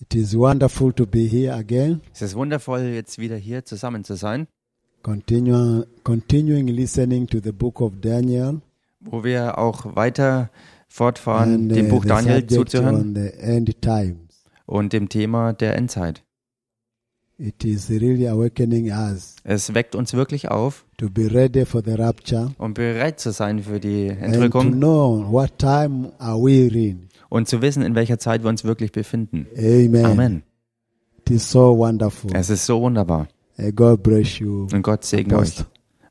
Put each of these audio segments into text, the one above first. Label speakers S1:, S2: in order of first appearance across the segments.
S1: It is wonderful to be here again,
S2: Es ist wundervoll, jetzt wieder hier zusammen zu sein,
S1: continue, continuing listening to the book of Daniel
S2: wo wir auch weiter fortfahren,
S1: and
S2: dem
S1: uh,
S2: Buch
S1: the
S2: Daniel
S1: subject
S2: zuzuhören
S1: on the end times.
S2: und dem Thema der Endzeit.
S1: It is really awakening us
S2: Es weckt uns wirklich auf,
S1: to be ready for the rapture
S2: um bereit zu sein für die
S1: and to
S2: Entrückung
S1: know what time are we in.
S2: und zu wissen, in welcher Zeit wir uns wirklich befinden.
S1: Amen.
S2: Amen.
S1: It is so wonderful.
S2: Es ist so wunderbar.
S1: Uh, God bless you.
S2: Und Gott segne euch,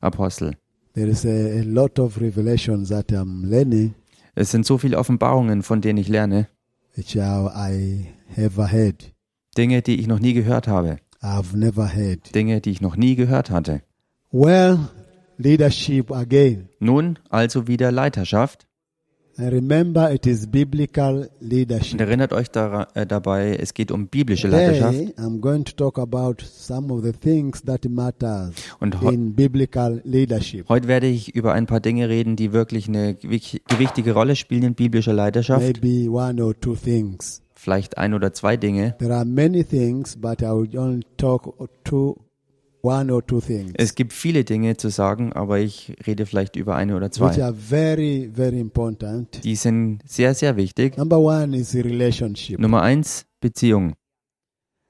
S1: Apostel.
S2: Apostel.
S1: There is a, a lot of revelations that I'm learning,
S2: Es sind so viele Offenbarungen, von denen ich lerne,
S1: which I, I ever heard.
S2: Dinge, die ich noch nie gehört habe,
S1: I've never heard.
S2: Dinge, die ich noch nie gehört hatte.
S1: Well, leadership again.
S2: Nun also wieder Leiterschaft.
S1: And remember, it is biblical
S2: Und
S1: leadership.
S2: erinnert euch dara- äh, dabei, es geht um biblische Leiterschaft.
S1: Today, I'm going to talk about some of the things that matters
S2: Und heu-
S1: in biblical leadership.
S2: heute werde ich über ein paar Dinge reden, die wirklich eine gewich- gewichtige Rolle spielen in biblischer Leiterschaft.
S1: Maybe one or two things.
S2: Vielleicht ein oder zwei Dinge.
S1: There are many things, but I will only talk to one or two things,
S2: Es gibt viele Dinge zu sagen, aber ich rede vielleicht über eine oder
S1: which
S2: zwei.
S1: are very, very important.
S2: Die sind sehr, sehr wichtig.
S1: Number one is relationship.
S2: Nummer eins, Beziehung.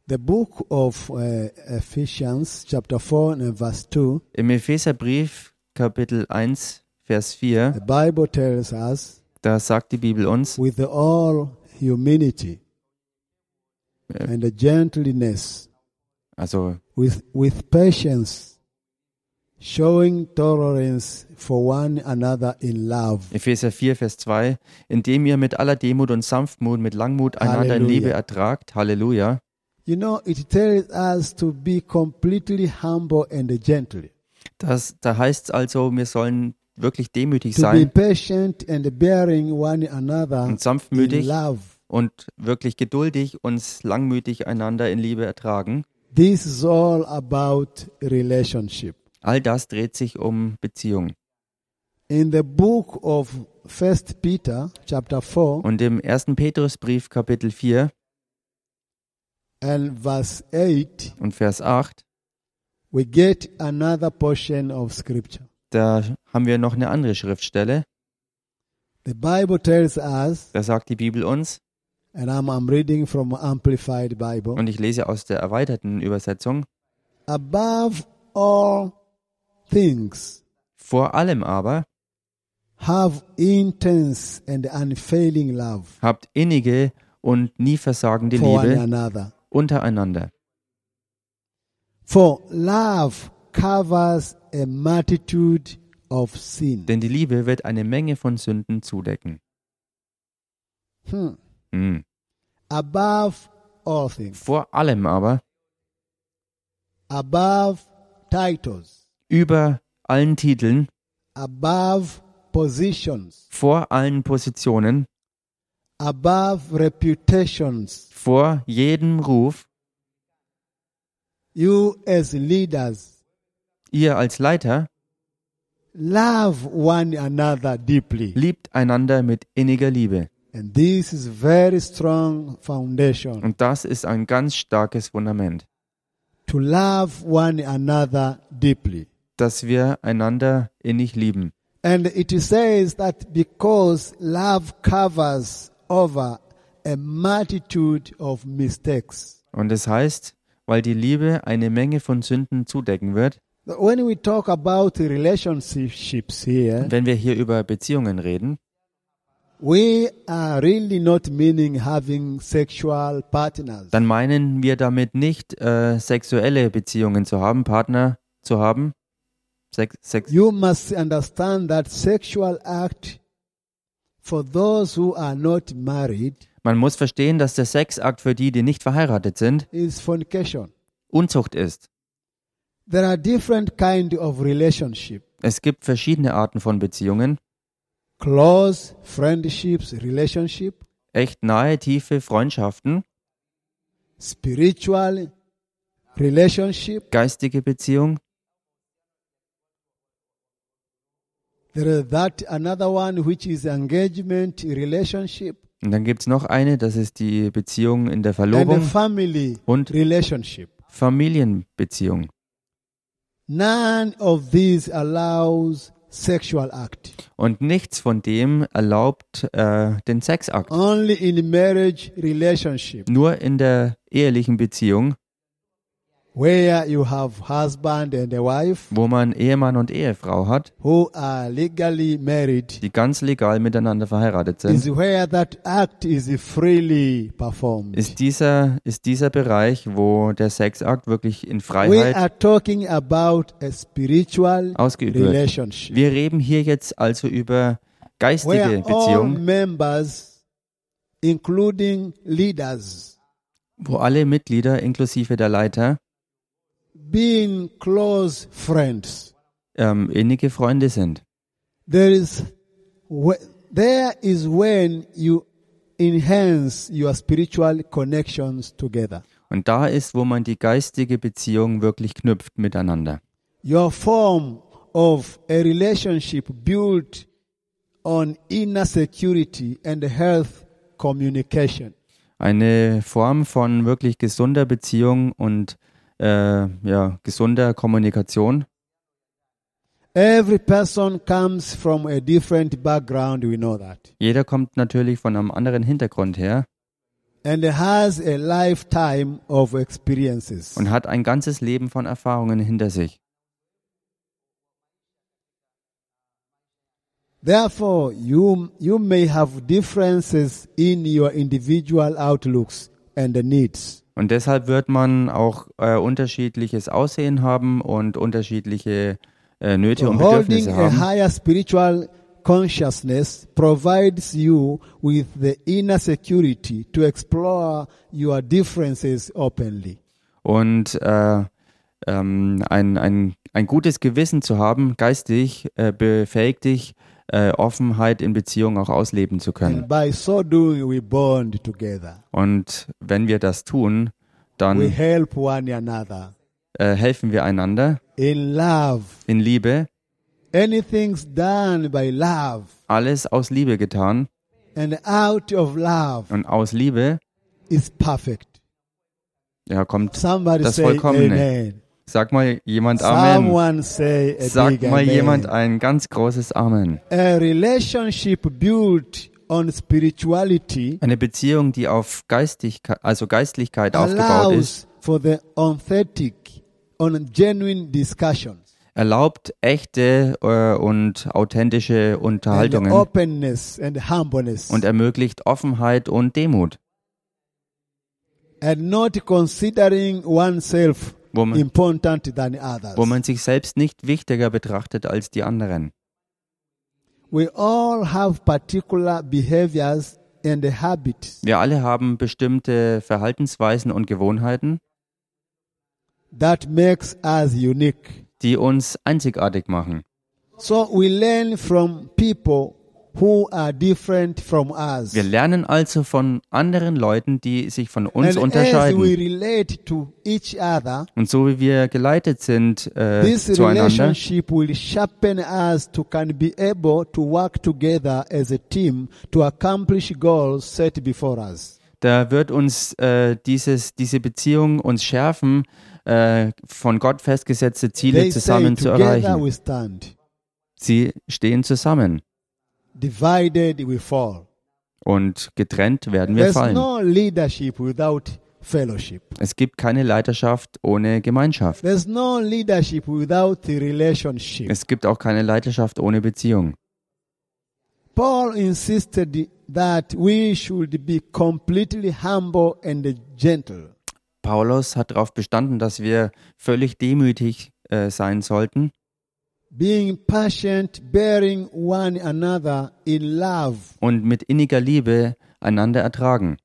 S1: The book of uh, Ephesians, chapter 4 and verse 2,
S2: Im Epheserbrief, Kapitel 1, Vers 4,
S1: the Bible tells us
S2: da sagt die Bibel uns,
S1: with all humility
S2: Äh.
S1: and gentleness,
S2: also
S1: with, with patience, showing tolerance for one another in love.
S2: Epheser 4, Vers 2, indem ihr mit aller Demut und Sanftmut, mit Langmut einander in
S1: Halleluja.
S2: Liebe ertragt, Halleluja.
S1: You know, it tells us to be completely humble and gentle,
S2: Das, da heißt es also, wir sollen wirklich demütig
S1: to be
S2: sein
S1: patient and bearing one another
S2: und
S1: in
S2: sanftmütig
S1: love.
S2: und wirklich geduldig und langmütig einander in Liebe ertragen.
S1: This is all about relationship.
S2: All das dreht sich um Beziehung.
S1: In the book of First Peter, chapter 4,
S2: Und im 1. Petrusbrief, Kapitel 4
S1: and verse 8,
S2: und Vers 8,
S1: we get another portion of scripture.
S2: da haben wir noch eine andere Schriftstelle.
S1: The Bible tells us,
S2: Da sagt die Bibel uns,
S1: and I'm, I'm reading from Amplified Bible,
S2: und ich lese aus der erweiterten Übersetzung,
S1: above all things,
S2: vor allem aber
S1: have intense and unfailing love
S2: habt innige und nie versagende
S1: for one
S2: Liebe
S1: another.
S2: untereinander.
S1: For love covers a multitude of sin.
S2: Denn die Liebe wird eine Menge von Sünden zudecken.
S1: Hmm.
S2: Hm.
S1: Above all things,
S2: Vor allem aber
S1: above titles,
S2: über allen Titeln,
S1: above positions,
S2: vor allen Positionen,
S1: above reputations.
S2: vor jedem Ruf,
S1: You, as leaders,
S2: ihr als Leiter
S1: love one another deeply.
S2: liebt einander mit inniger Liebe.
S1: And this is very strong foundation
S2: Und das ist ein ganz starkes Fundament,
S1: to love one another deeply.
S2: dass wir einander innig lieben.
S1: And it says that because love covers over a multitude of mistakes.
S2: Und das heißt, weil die Liebe eine Menge von Sünden zudecken wird,
S1: When we talk about relationships here,
S2: wenn wir hier über Beziehungen reden,
S1: We are really not meaning having sexual partners.
S2: dann meinen wir damit nicht, äh, sexuelle Beziehungen zu haben, Partner zu haben. Sex, Sex.
S1: You must understand that sexual act for those who are not married
S2: Man muss verstehen, dass der Sexakt für die, die nicht verheiratet sind,
S1: is fornication.
S2: Unzucht ist.
S1: There are different kind of relationship.
S2: Es gibt verschiedene Arten von Beziehungen.
S1: Close friendships, relationship,
S2: Echt nahe, tiefe Freundschaften,
S1: spiritual relationship.
S2: geistige Beziehung.
S1: There is that another one which is engagement relationship.
S2: Und dann gibt es noch eine, das ist die Beziehung in der
S1: and the
S2: Verlobung
S1: family
S2: und
S1: relationship.
S2: Familienbeziehung.
S1: None of these allows sexual act.
S2: Und nichts von dem erlaubt äh, den Sexakt.
S1: Only in marriage relationship
S2: Nur in der ehelichen Beziehung,
S1: where you have husband and a wife
S2: wo man Ehemann und Ehefrau hat,
S1: who are legally married
S2: die ganz legal miteinander verheiratet sind,
S1: is where that act is freely performed.
S2: ist dieser, ist dieser Bereich, wo der Sexakt wirklich in
S1: We
S2: Freiheit
S1: are talking about a spiritual
S2: ausgeübt wird.
S1: uh, relationship
S2: Wir reden hier jetzt also über geistige
S1: where all
S2: Beziehungen,
S1: members, including leaders,
S2: wo alle Mitglieder inklusive der Leiter
S1: being close friends.
S2: ähm, innige Freunde sind.
S1: There is, wh- there is when you enhance your spiritual connections together.
S2: Und da ist, wo man die geistige Beziehung wirklich knüpft miteinander.
S1: Your form of a relationship built on inner security and health communication.
S2: Eine Form von wirklich gesunder Beziehung und äh, ja, gesunder Kommunikation.
S1: Every person comes from a different background, we know that,
S2: Jeder kommt natürlich von einem anderen Hintergrund her
S1: and has a lifetime of experiences.
S2: und hat ein ganzes Leben von Erfahrungen hinter sich.
S1: Therefore, you, you may have differences in your individual outlooks and needs.
S2: Und deshalb wird man auch äh, unterschiedliches Aussehen haben und unterschiedliche äh, Nöte und
S1: Holding
S2: Bedürfnisse
S1: a
S2: haben.
S1: higher spiritual consciousness provides you with the inner security to explore your differences openly.
S2: Und äh, ähm, ein, ein, ein gutes Gewissen zu haben, geistig, äh, befähigt dich, äh, Offenheit in Beziehung auch ausleben zu können.
S1: And by so doing, we bond together.
S2: Und wenn wir das tun,
S1: We
S2: dann
S1: help one another
S2: äh, helfen wir einander
S1: in love.
S2: in Liebe,
S1: Anything's done by love
S2: alles aus Liebe getan.
S1: and out of love
S2: Und aus Liebe
S1: is perfect.
S2: ja, kommt,
S1: Somebody
S2: Das
S1: say
S2: Vollkommene.
S1: amen.
S2: sag mal jemand Amen.
S1: Someone say a
S2: Sag
S1: big
S2: mal
S1: amen.
S2: jemand ein ganz großes Amen.
S1: A relationship built on spirituality
S2: Eine Beziehung, die auf Geistigkeit, also Geistlichkeit aufgebaut ist,
S1: allows for the authentic, on genuine discussions,
S2: erlaubt echte äh, und authentische
S1: and
S2: Unterhaltungen
S1: openness and humbleness,
S2: und ermöglicht Offenheit und Demut,
S1: and not considering oneself
S2: wo man,
S1: important than others.
S2: wo man sich selbst nicht wichtiger betrachtet als die anderen.
S1: We all have particular behaviors and habits
S2: Wir alle haben bestimmte Verhaltensweisen und Gewohnheiten,
S1: that makes us unique.
S2: die uns einzigartig machen.
S1: So we learn from people who are different from us.
S2: Wir lernen also von anderen Leuten, die sich von uns
S1: and as we
S2: unterscheiden.
S1: relate to each other,
S2: Und so wie wir geleitet sind äh,
S1: this
S2: zueinander,
S1: relationship will sharpen us to can be able to work together as a team to accomplish goals set before us.
S2: da wird uns äh, dieses, diese Beziehung uns schärfen, äh, von Gott festgesetzte Ziele
S1: They say
S2: zusammen zu
S1: together
S2: erreichen.
S1: we stand,
S2: Sie stehen zusammen
S1: divided we fall.
S2: und getrennt werden wir
S1: There's
S2: fallen.
S1: no leadership without fellowship.
S2: Es gibt keine Leiterschaft ohne Gemeinschaft.
S1: There's no leadership without the relationship.
S2: Es gibt auch keine Leiterschaft ohne Beziehung.
S1: Paul insisted that we should be completely humble and gentle.
S2: Paulus hat darauf bestanden, dass wir völlig demütig äh, sein sollten
S1: being patient, bearing one another in love.
S2: und mit inniger Liebe einander ertragen.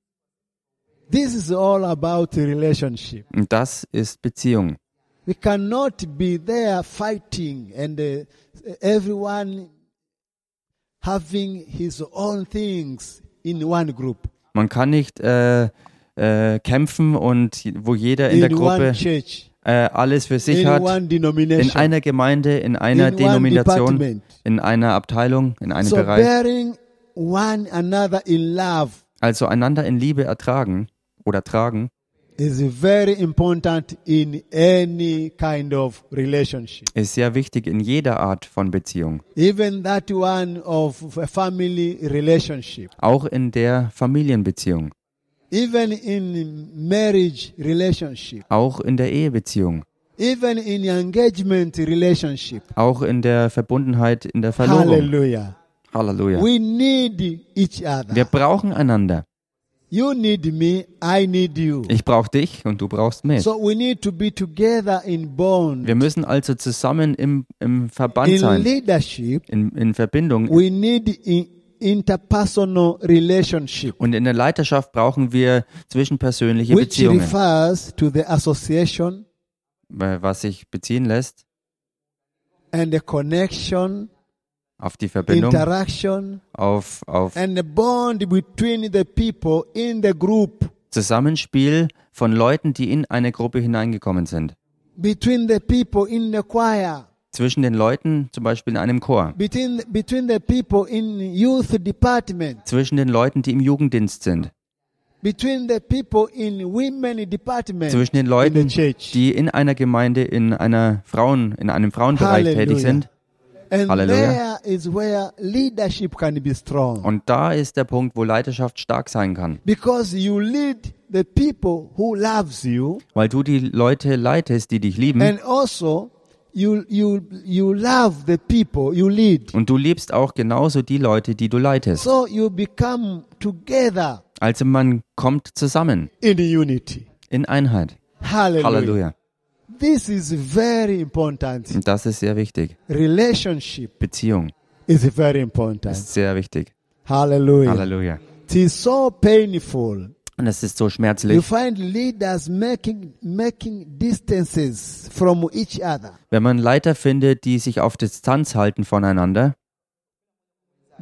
S1: This is all about the relationship.
S2: Und das ist Beziehung.
S1: We cannot be there fighting and uh, everyone having his own things in one group,
S2: Man kann nicht äh, äh, kämpfen und je- wo jeder in der
S1: in one
S2: Gruppe
S1: church,
S2: äh, alles für sich
S1: in
S2: hat,
S1: one
S2: in
S1: denomination,
S2: einer Gemeinde, in einer
S1: in one
S2: Denomination,
S1: department.
S2: in einer Abteilung, in einem
S1: So
S2: Bereich.
S1: bearing one another in love
S2: also einander in Liebe ertragen oder tragen,
S1: is very important in any kind of relationship.
S2: ist sehr wichtig in jeder Art von Beziehung,
S1: Even that one of a family relationship,
S2: auch in der Familienbeziehung,
S1: even in marriage relationship,
S2: auch in der Ehebeziehung,
S1: even in engagement relationship.
S2: auch in der Verbundenheit in der Verlobung.
S1: Hallelujah.
S2: Halleluja.
S1: We need each other.
S2: Wir brauchen einander.
S1: You need me, I need you.
S2: Ich brauche dich und du brauchst mich.
S1: So we need to be together in bond.
S2: Wir müssen also zusammen im, im Verband
S1: In
S2: sein,
S1: leadership,
S2: in, in Verbindung.
S1: we need in interpersonal relationship,
S2: Und in der Leiterschaft brauchen wir zwischenpersönliche
S1: which
S2: Beziehungen,
S1: refers to the association
S2: weil was sich beziehen lässt
S1: and the connection,
S2: auf die Verbindung,
S1: interaction,
S2: auf, auf
S1: and the bond between the people in the group,
S2: Zusammenspiel von Leuten, die in eine Gruppe hineingekommen sind.
S1: between the people in the choir,
S2: Zwischen den Leuten, zum Beispiel in einem Chor.
S1: between, between the people in youth department.
S2: Zwischen den Leuten, die im Jugenddienst sind.
S1: between the people in women department
S2: Zwischen den
S1: Äh. in
S2: Leuten,
S1: the church
S2: die in einer Gemeinde, in einer Frauen, in einem Frauenbereich tätig sind.
S1: and there
S2: Hallelujah.
S1: is where leadership can be strong
S2: Und da ist der Punkt, wo Leiterschaft stark sein kann.
S1: because you lead the people who loves you
S2: Weil du die Leute leitest, die dich lieben.
S1: and also you you you love the people you lead
S2: Und du liebst auch genauso die Leute, die du leitest.
S1: so you become together
S2: Also man kommt zusammen
S1: in unity
S2: in Einheit.
S1: hallelujah,
S2: Halleluja.
S1: this is very important
S2: Und das ist sehr wichtig.
S1: relationship
S2: Beziehung
S1: is very important
S2: ist sehr wichtig.
S1: hallelujah
S2: Halleluja.
S1: it is so painful
S2: Und es ist so
S1: You
S2: schmerzlich,
S1: find leaders making making distances from each other.
S2: wenn man Leiter findet, die sich auf Distanz halten voneinander,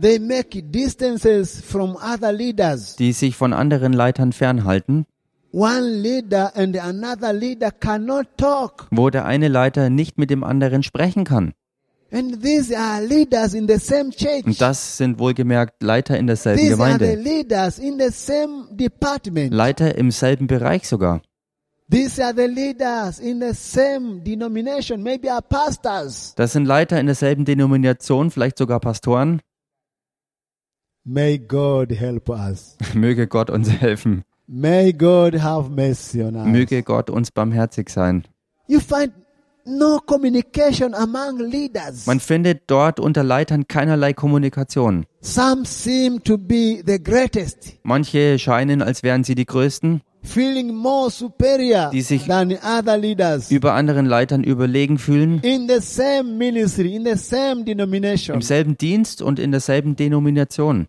S1: They make distances from other leaders.
S2: die sich von anderen Leitern fernhalten,
S1: One leader and another leader cannot talk.
S2: wo der eine Leiter nicht mit dem anderen sprechen kann.
S1: And these are leaders in the same church.
S2: Und das sind wohlgemerkt Leiter in derselben
S1: these are the
S2: Gemeinde,
S1: leaders in the same department.
S2: Leiter im selben Bereich sogar.
S1: these are the leaders in the same denomination, maybe are pastors.
S2: Das sind Leiter in derselben Denomination, vielleicht sogar Pastoren.
S1: May God help us.
S2: Möge Gott uns helfen.
S1: May God have mercy on us.
S2: Möge Gott uns barmherzig sein.
S1: You find no communication among leaders.
S2: Man findet dort unter Leitern keinerlei Kommunikation.
S1: Some seem to be the greatest,
S2: Manche scheinen, als wären sie die Größten,
S1: feeling more superior
S2: Die sich-
S1: than other leaders
S2: über anderen Leitern überlegen fühlen,
S1: in the same ministry, in the same denomination.
S2: im selben Dienst und in derselben Denomination.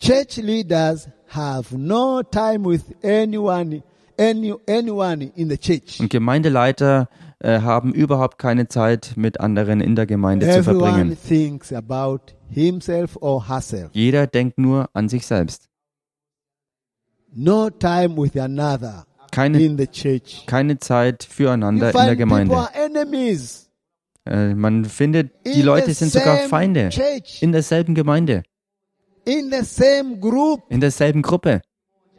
S1: Church leaders have no time with anyone, any, anyone in the church.
S2: Und Gemeindeleiter äh, haben überhaupt keine Zeit, mit anderen in der Gemeinde zu
S1: Everyone
S2: verbringen.
S1: thinks about himself or herself.
S2: Jeder denkt nur an sich selbst.
S1: No time with another
S2: Keine,
S1: in the church.
S2: keine Zeit
S1: You
S2: füreinander in der
S1: find people
S2: Gemeinde.
S1: are enemies.
S2: Äh, man findet, die
S1: In
S2: Leute
S1: the
S2: sind sogar
S1: same
S2: Feinde
S1: Church, in,
S2: in derselben Gemeinde,
S1: the same group,
S2: in derselben Gruppe,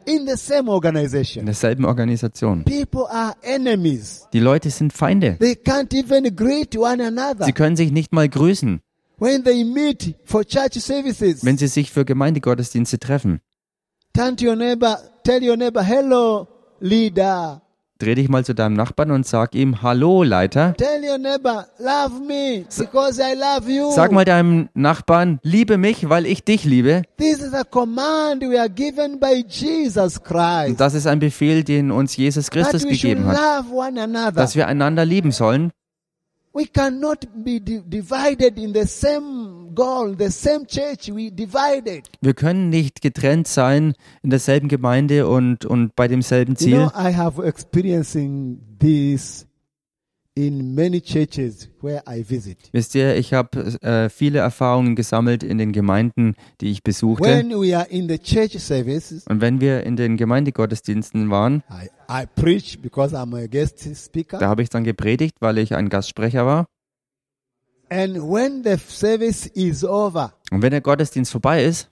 S1: in the same
S2: in
S1: organization.
S2: derselben Organisation.
S1: People are enemies.
S2: Die Leute sind Feinde.
S1: They can't even greet one another
S2: Sie können sich nicht mal grüßen,
S1: when they meet for church services.
S2: wenn sie sich für Gemeindegottesdienste treffen.
S1: Turn to your neighbor, tell your neighbor, hello, leader.
S2: Dreh dich mal zu deinem Nachbarn und sag ihm Hallo, Leiter.
S1: Tell your neighbor, love me because I love you.
S2: Sag mal deinem Nachbarn, liebe mich, weil ich dich liebe.
S1: This is a command we are given by Jesus
S2: Und
S1: Christ.
S2: das ist ein Befehl, den uns Jesus
S1: That
S2: Christus
S1: we should
S2: gegeben hat,
S1: love one another.
S2: dass wir einander lieben sollen.
S1: We cannot be di- divided in the same goal, the same church. We divided.
S2: Wir können nicht getrennt sein in derselben Gemeinde und, und bei demselben
S1: You know,
S2: Ziel.
S1: I have experiencing this in many churches where I visit.
S2: Wisst ihr, ich habe äh, viele Erfahrungen gesammelt in den Gemeinden, die ich besuchte.
S1: When we are in the church services,
S2: Und wenn wir in den Gemeindegottesdiensten waren,
S1: I, I preach because I'm a guest
S2: da
S1: speaker.
S2: habe ich dann gepredigt, weil ich ein Gastsprecher war.
S1: And when the service is over,
S2: Und wenn der Gottesdienst vorbei ist,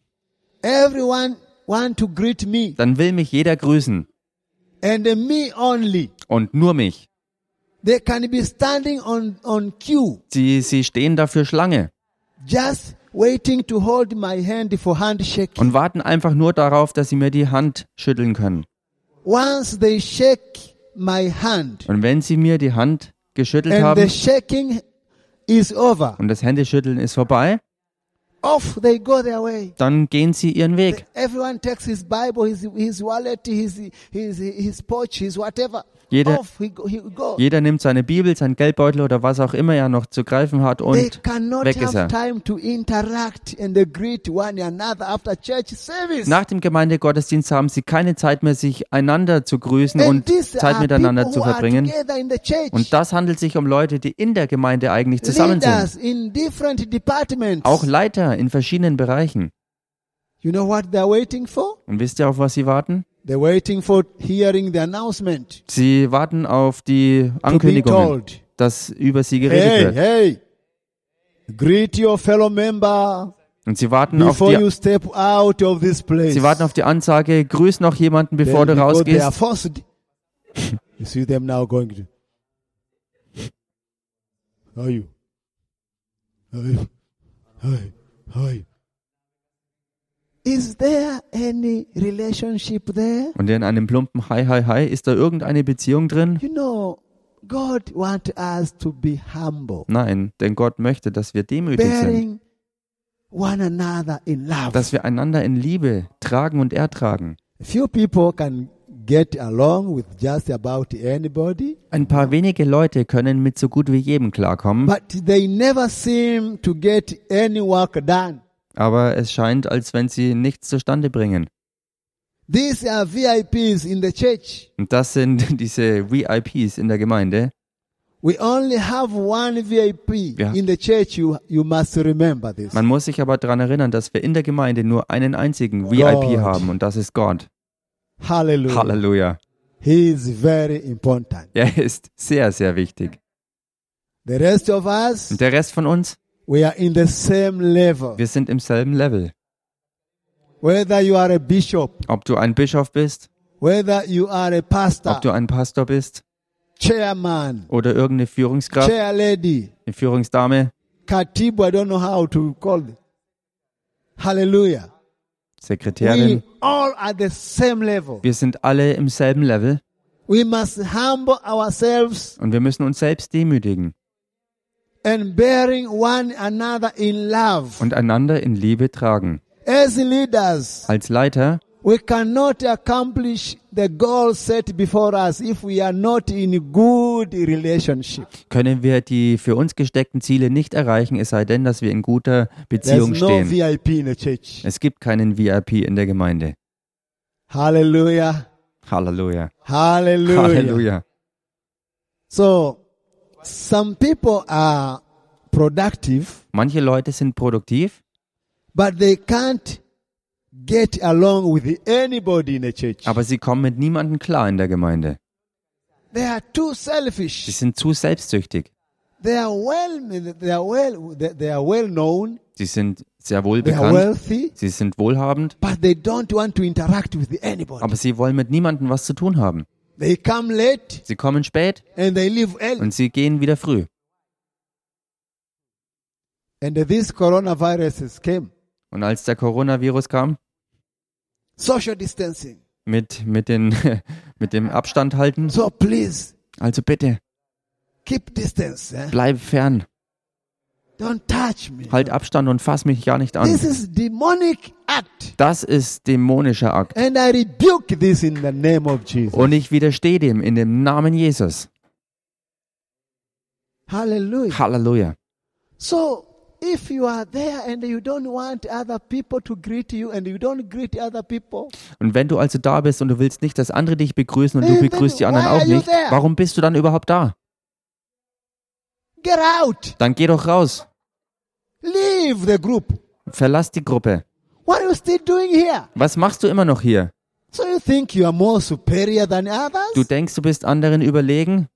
S1: everyone want to greet me
S2: dann will mich jeder grüßen
S1: and me only.
S2: und nur mich.
S1: They can be standing on, on queue,
S2: Sie, sie stehen dafür Schlange
S1: just waiting to hold my hand for handshake.
S2: und warten einfach nur darauf, dass sie mir die Hand schütteln können.
S1: Once they shake my hand
S2: Und wenn sie mir die Hand geschüttelt
S1: and the
S2: haben
S1: shaking is over,
S2: und das Händeschütteln ist vorbei,
S1: off they go their way.
S2: dann gehen sie ihren Weg.
S1: Everyone takes his Bible, his, his wallet, his, his, his pouch, his whatever.
S2: Jeder-
S1: Off he, go- he goes.
S2: Jeder nimmt seine Bibel, sein Geldbeutel oder was auch immer er noch zu greifen hat
S1: They
S2: und
S1: cannot
S2: weg ist
S1: have
S2: er.
S1: time to interact and greet one another after church service.
S2: Nach dem Gemeindegottesdienst haben sie keine Zeit mehr, sich einander zu grüßen
S1: and
S2: und
S1: these
S2: Zeit
S1: are
S2: miteinander
S1: people
S2: zu
S1: who are
S2: verbringen.
S1: together in the church.
S2: Und das handelt sich um Leute, die in der Gemeinde eigentlich zusammen sind.
S1: Leaders in different departments.
S2: Auch Leiter in verschiedenen Bereichen.
S1: you know what they're waiting for?
S2: Und wisst ihr, auf was sie warten?
S1: They're waiting for hearing the announcement.
S2: Sie warten auf die
S1: to be
S2: Ankündigungen,
S1: told,
S2: dass über
S1: hey,
S2: sie geredet wird.
S1: hey, greet your fellow member
S2: Und sie warten auf
S1: before you
S2: die,
S1: step out of this place.
S2: sie warten auf die Ansage, grüß noch jemanden,
S1: Then
S2: bevor du
S1: because They are
S2: rausgehst.
S1: forced. you see them now going to. How are you? How are you? How are you? How are you? Is there any relationship there?
S2: Und in einem plumpen Hi, Hi, Hi, ist da irgendeine Beziehung drin?
S1: You know, God wants us to be humble,
S2: Nein, denn Gott möchte, dass wir demütig sind.
S1: bearing one another in love.
S2: Dass wir einander in Liebe tragen und ertragen.
S1: Few people can get along with just about anybody,
S2: Ein paar wenige Leute können mit so gut wie jedem klarkommen,
S1: but they never seem to get any work done.
S2: aber es scheint, als wenn sie nichts zustande bringen.
S1: These are VIPs in the church.
S2: Und das sind diese VIPs in der Gemeinde.
S1: We only have one VIP
S2: Yeah.
S1: in the church. You, you must remember this.
S2: Man muss sich aber daran erinnern, dass wir in der Gemeinde nur einen einzigen
S1: Gott.
S2: VIP haben und das ist Gott.
S1: Hallelujah.
S2: Halleluja.
S1: He is very important.
S2: Er ist sehr, sehr wichtig.
S1: The rest of us,
S2: Und der Rest von uns,
S1: we are in the same level.
S2: wir sind im selben Level.
S1: Whether you are a bishop,
S2: Ob du ein Bischof bist,
S1: whether you are a pastor,
S2: ob du ein Pastor bist
S1: chairman,
S2: oder irgendeine Führungskraft,
S1: chair lady,
S2: eine Führungsdame,
S1: Katibu, I don't know how to call it. Hallelujah.
S2: Sekretärin,
S1: We all are the same level.
S2: wir sind alle im selben Level
S1: We must humble ourselves
S2: und wir müssen uns selbst demütigen
S1: and bearing one another in love.
S2: und einander in Liebe tragen.
S1: As leaders,
S2: Als Leiter
S1: we cannot accomplish the goal set before us if we are not in good relationship.
S2: können wir die für uns gesteckten Ziele nicht erreichen, es sei denn, dass wir in guter
S1: There's
S2: Beziehung
S1: no
S2: stehen.
S1: VIP in the church.
S2: Es gibt keinen VIP in der Gemeinde.
S1: Hallelujah.
S2: Halleluja.
S1: Hallelujah.
S2: Halleluja.
S1: So, some people are productive.
S2: Manche Leute sind produktiv,
S1: but they can't get along with anybody in the church.
S2: aber sie kommen mit niemandem klar in der Gemeinde.
S1: They are too
S2: Sie
S1: selfish.
S2: sind zu selbstsüchtig.
S1: They are well, they are well, they they are well known.
S2: Sie sind
S1: They
S2: sehr
S1: are
S2: wohlbekannt.
S1: wealthy,
S2: Sie sind wohlhabend,
S1: but they don't want to interact with anybody.
S2: aber sie wollen mit niemandem was zu tun haben.
S1: They come late
S2: Sie kommen spät
S1: and they leave early.
S2: und sie gehen wieder früh.
S1: And these coronaviruses came.
S2: Und als der Coronavirus kam,
S1: Social distancing.
S2: mit, mit, den, mit dem Abstand halten,
S1: So please
S2: also bitte,
S1: keep distance. eh?
S2: bleib fern.
S1: Don't touch me.
S2: Halt Abstand und fass mich gar nicht an.
S1: This is demonic act,
S2: Das ist dämonischer Akt.
S1: and I rebuke this in the name of Jesus.
S2: Und ich widerstehe dem in dem Namen Jesus.
S1: Hallelujah.
S2: Halleluja.
S1: So if you are there and you don't want other people to greet you and you don't greet other people,
S2: Und wenn du also da bist und du willst nicht, dass andere dich begrüßen und du
S1: Hey,
S2: begrüßt die
S1: then
S2: anderen
S1: why
S2: auch
S1: are you
S2: nicht,
S1: there?
S2: warum bist du dann überhaupt da?
S1: get out.
S2: Dann geh doch raus.
S1: Leave the group.
S2: Verlass die Gruppe.
S1: What are you still doing here?
S2: Was machst du immer noch hier?
S1: So you think you are more superior than others?
S2: Du denkst, du bist anderen überlegen?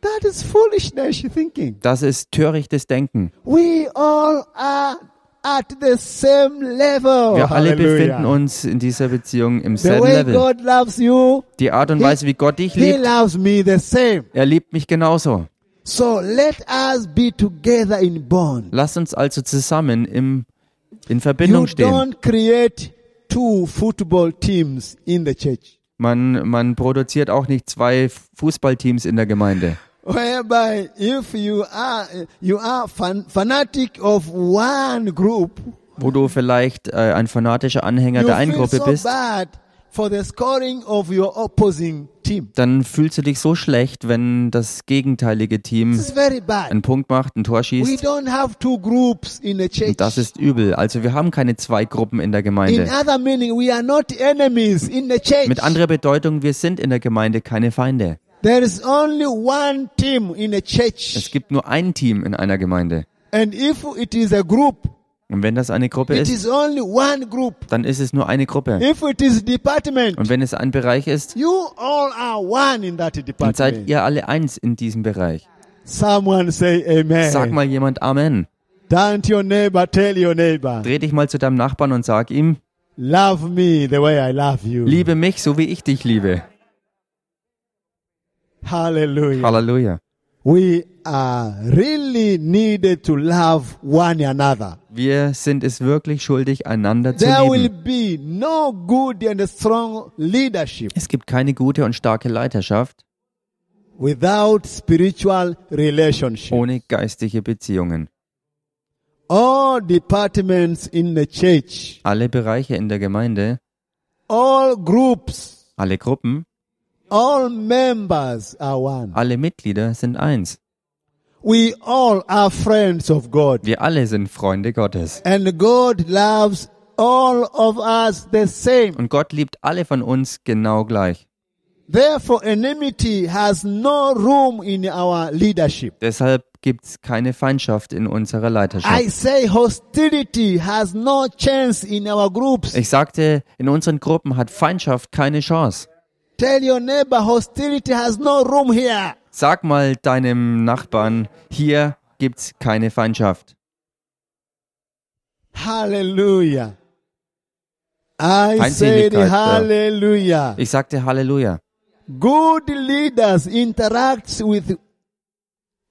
S1: that is foolishness thinking.
S2: Das ist törichtes Denken.
S1: We all are at the same level.
S2: Wir alle befinden
S1: Hallelujah.
S2: uns in dieser Beziehung im
S1: Oh, The
S2: selben
S1: way
S2: Level.
S1: God loves you,
S2: Die Art und
S1: He-
S2: Weise, wie Gott dich
S1: He
S2: liebt,
S1: loves me the same.
S2: er liebt mich genauso.
S1: So let us be together in bond.
S2: Lasst uns also zusammen im, in
S1: You
S2: Verbindung stehen.
S1: don't create two football teams in the church
S2: Man, man produziert auch nicht zwei Fußballteams in der Gemeinde.
S1: whereby if you are you are fan, fanatic of one group
S2: wo du vielleicht äh, ein fanatischer Anhänger
S1: you
S2: der einen
S1: feel
S2: Gruppe
S1: so
S2: bist,
S1: bad for the scoring of your opposing team.
S2: dann fühlst du dich so schlecht, wenn das gegenteilige Team
S1: This is very
S2: einen
S1: bad.
S2: Punkt macht, ein Tor
S1: We
S2: schießt.
S1: don't have two groups in the church.
S2: Und das ist übel. Also wir haben keine zwei Gruppen in der
S1: In
S2: Gemeinde.
S1: other meaning, we are not enemies in the church.
S2: Mit anderer Bedeutung, wir sind in der Gemeinde keine Feinde.
S1: There is only one team in a
S2: Es
S1: church.
S2: gibt nur ein Team in einer Gemeinde.
S1: And if it is a group,
S2: Und wenn das eine Gruppe
S1: it
S2: ist,
S1: is only one group.
S2: dann ist es nur eine Gruppe.
S1: If it is department,
S2: Und wenn es ein Bereich ist,
S1: you all are one in that
S2: dann seid
S1: department.
S2: ihr alle eins in diesem Bereich.
S1: Someone say amen.
S2: Sag mal jemand Amen.
S1: Don't your neighbor tell your neighbor,
S2: Dreh dich mal zu deinem Nachbarn und sag ihm,
S1: love me the way I love you.
S2: liebe mich, so wie ich dich liebe.
S1: Hallelujah.
S2: Halleluja.
S1: We are really needed to love one another.
S2: Wir sind es wirklich schuldig, einander zu
S1: There will
S2: lieben.
S1: be no good and strong leadership
S2: Es gibt keine gute und starke Leiterschaft
S1: without spiritual relationship.
S2: ohne geistige Beziehungen.
S1: All departments in the church,
S2: Alle Bereiche in der Gemeinde,
S1: all groups,
S2: alle Gruppen,
S1: all members are one.
S2: alle Mitglieder sind eins.
S1: We all are friends of God.
S2: Wir alle sind Freunde Gottes.
S1: And God loves all of us the same.
S2: Und Gott liebt alle von uns genau gleich.
S1: Therefore, enmity has no room in our leadership.
S2: Deshalb gibt es keine Feindschaft in unserer
S1: I
S2: Leiterschaft.
S1: say hostility has no chance in our groups.
S2: Ich sagte, in unseren Gruppen hat Feindschaft keine Chance.
S1: Tell your neighbor hostility has no room here.
S2: Sag mal deinem Nachbarn, hier gibt's keine Feindschaft.
S1: Hallelujah. I said
S2: Feindseligkeit, ja.
S1: hallelujah.
S2: Ich sagte Halleluja.
S1: Good leaders interact with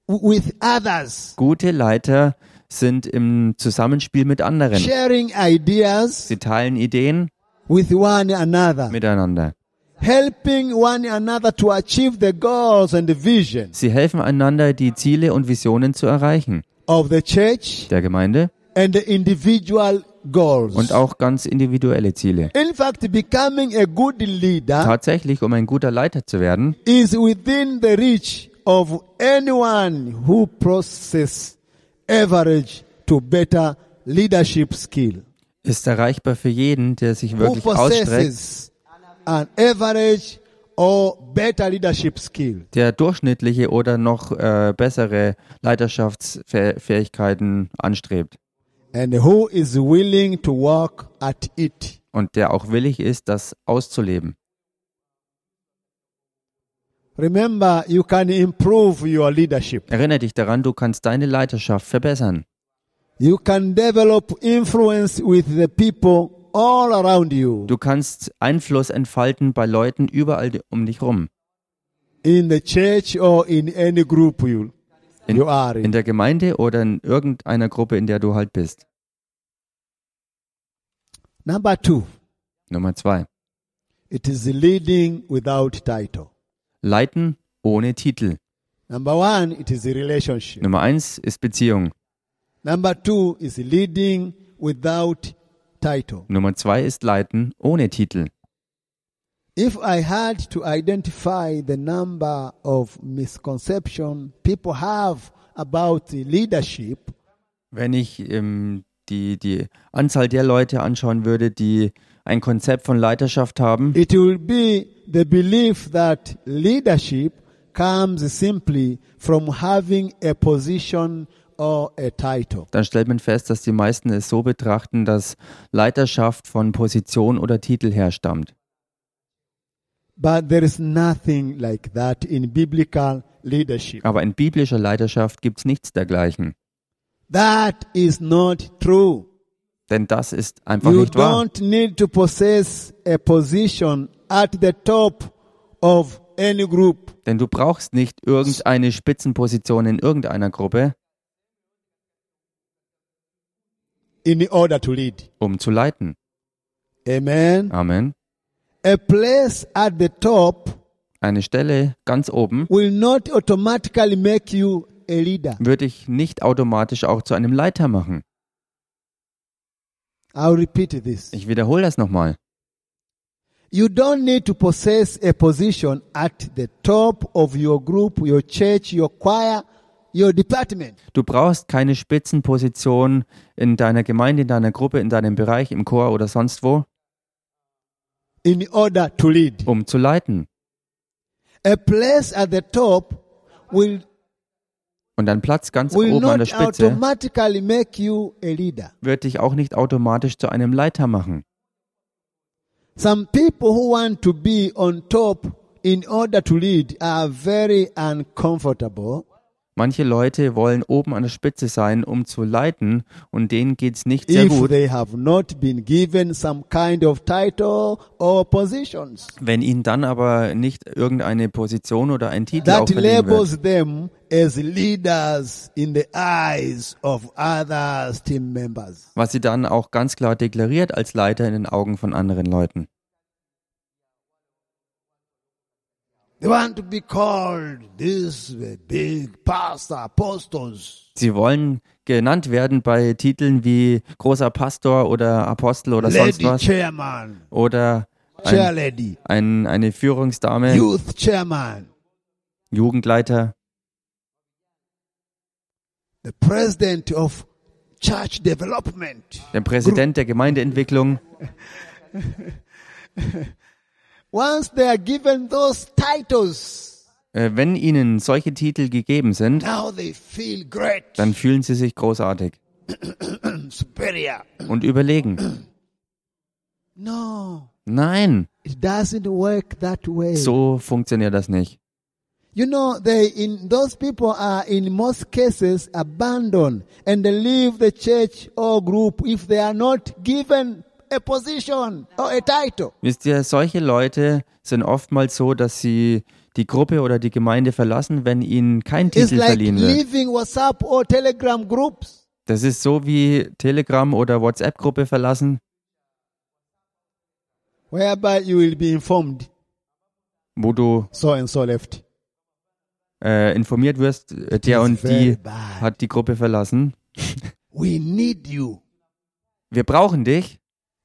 S1: with others,
S2: Gute Leiter sind im Zusammenspiel mit anderen.
S1: sharing ideas
S2: Sie teilen Ideen
S1: with one another,
S2: miteinander.
S1: helping one another to achieve the goals and the vision
S2: Sie helfen einander, die Ziele und Visionen zu erreichen.
S1: of the church
S2: Der Gemeinde
S1: and the individual goals.
S2: und auch ganz individuelle Ziele.
S1: In fact, becoming a good leader
S2: Tatsächlich, um ein guter Leiter zu werden,
S1: is within the reach of anyone who processes average to better leadership skill.
S2: ist erreichbar für jeden, der sich
S1: who
S2: wirklich ausstreckt,
S1: possesses an average or better leadership skill.
S2: der durchschnittliche oder noch äh, bessere Leiterschaftsfähigkeiten anstrebt
S1: And who is willing to work at it?
S2: und der auch willig ist, das auszuleben.
S1: Remember, you can improve your leadership.
S2: Erinnere dich daran, du kannst deine Leiterschaft verbessern.
S1: You can develop influence with the people all around you
S2: Du kannst Einfluss entfalten bei Leuten überall um dich rum.
S1: in the church or in any group you,
S2: In-
S1: you are
S2: In
S1: in.
S2: der Gemeinde oder in irgendeiner Gruppe, in der du halt bist.
S1: Number two,
S2: Nummer zwei.
S1: it is leading without title.
S2: Leiten ohne Titel.
S1: Number one, it is a relationship.
S2: Nummer eins ist Beziehung.
S1: Number two is leading without title.
S2: Nummer zwei ist Leiten ohne Titel.
S1: If I had to identify the number of misconception people have about the leadership,
S2: Wenn ich ähm, die, die Anzahl der Leute anschauen würde, die ein Konzept von Leiterschaft haben,
S1: it will be the belief that leadership comes simply from having a position or a title.
S2: dann stellt man fest, dass die meisten es so betrachten, dass Leiterschaft von Position oder Titel herstammt.
S1: But there is nothing like that in biblical leadership.
S2: Aber in biblischer Leiterschaft gibt es nichts dergleichen.
S1: That is not true.
S2: Denn das ist einfach
S1: You
S2: nicht wahr.
S1: don't need to possess a position at the top of any group.
S2: Denn du brauchst nicht irgendeine Spitzenposition in irgendeiner Gruppe,
S1: in order to lead.
S2: um zu leiten.
S1: Amen.
S2: Amen.
S1: A place at the top
S2: Eine Stelle ganz oben
S1: will not automatically make you a leader.
S2: würde ich nicht automatisch auch zu einem Leiter machen.
S1: I'll repeat this.
S2: Ich wiederhole das nochmal.
S1: You don't need to possess a position at the top of your group, your church, your choir, your department.
S2: Du brauchst keine Spitzenposition in deiner Gemeinde, in deiner Gruppe, in deinem Bereich, im Chor oder sonst wo,
S1: in order to lead.
S2: um zu leiten.
S1: A place at the top will,
S2: Und dein Platz ganz
S1: will
S2: oben an
S1: not
S2: der Spitze eh?
S1: automatically make you a leader.
S2: wird dich auch nicht automatisch zu einem Leiter machen.
S1: Some people who want to be on top in order to lead are very uncomfortable
S2: Manche Leute wollen oben an der Spitze sein, um zu leiten, und denen geht's nicht sehr
S1: if
S2: gut,
S1: they have not been given some kind of title or positions
S2: wenn ihnen dann aber nicht irgendeine Position oder ein Titel
S1: that
S2: aufgeliehen wird,
S1: labels them as leaders in the eyes of other team members.
S2: was sie dann auch ganz klar deklariert als Leiter in den Augen von anderen Leuten.
S1: They want to be called these uh, big pastor, apostles.
S2: Sie wollen genannt werden bei Titeln wie großer Pastor oder Apostel oder sonst
S1: Lady
S2: was
S1: chairman,
S2: oder
S1: chair
S2: ein,
S1: lady,
S2: ein, eine Führungsdame,
S1: youth chairman,
S2: Jugendleiter,
S1: the president of church development.
S2: der Präsident der Gemeindeentwicklung.
S1: Once they are given those titles,
S2: Äh, wenn ihnen solche Titel gegeben sind,
S1: now they feel great,
S2: dann fühlen sie sich großartig
S1: superior.
S2: und überlegen.
S1: No,
S2: Nein,
S1: it doesn't work that way.
S2: so funktioniert das nicht.
S1: You know, they in those people are in most cases abandoned and they leave the church or group if they are not given a position or a title.
S2: Wisst ihr, solche Leute sind oftmals so, dass sie die Gruppe oder die Gemeinde verlassen, wenn ihnen kein
S1: It's
S2: Titel
S1: like
S2: verliehen wird.
S1: leaving WhatsApp or Telegram groups.
S2: Das ist so wie Telegram oder WhatsApp-Gruppe verlassen,
S1: whereby you will be informed
S2: wo du
S1: so and so left.
S2: äh, informiert wirst, äh, der
S1: is
S2: und
S1: very
S2: die
S1: bad.
S2: hat die Gruppe verlassen.
S1: We need you.
S2: Wir brauchen dich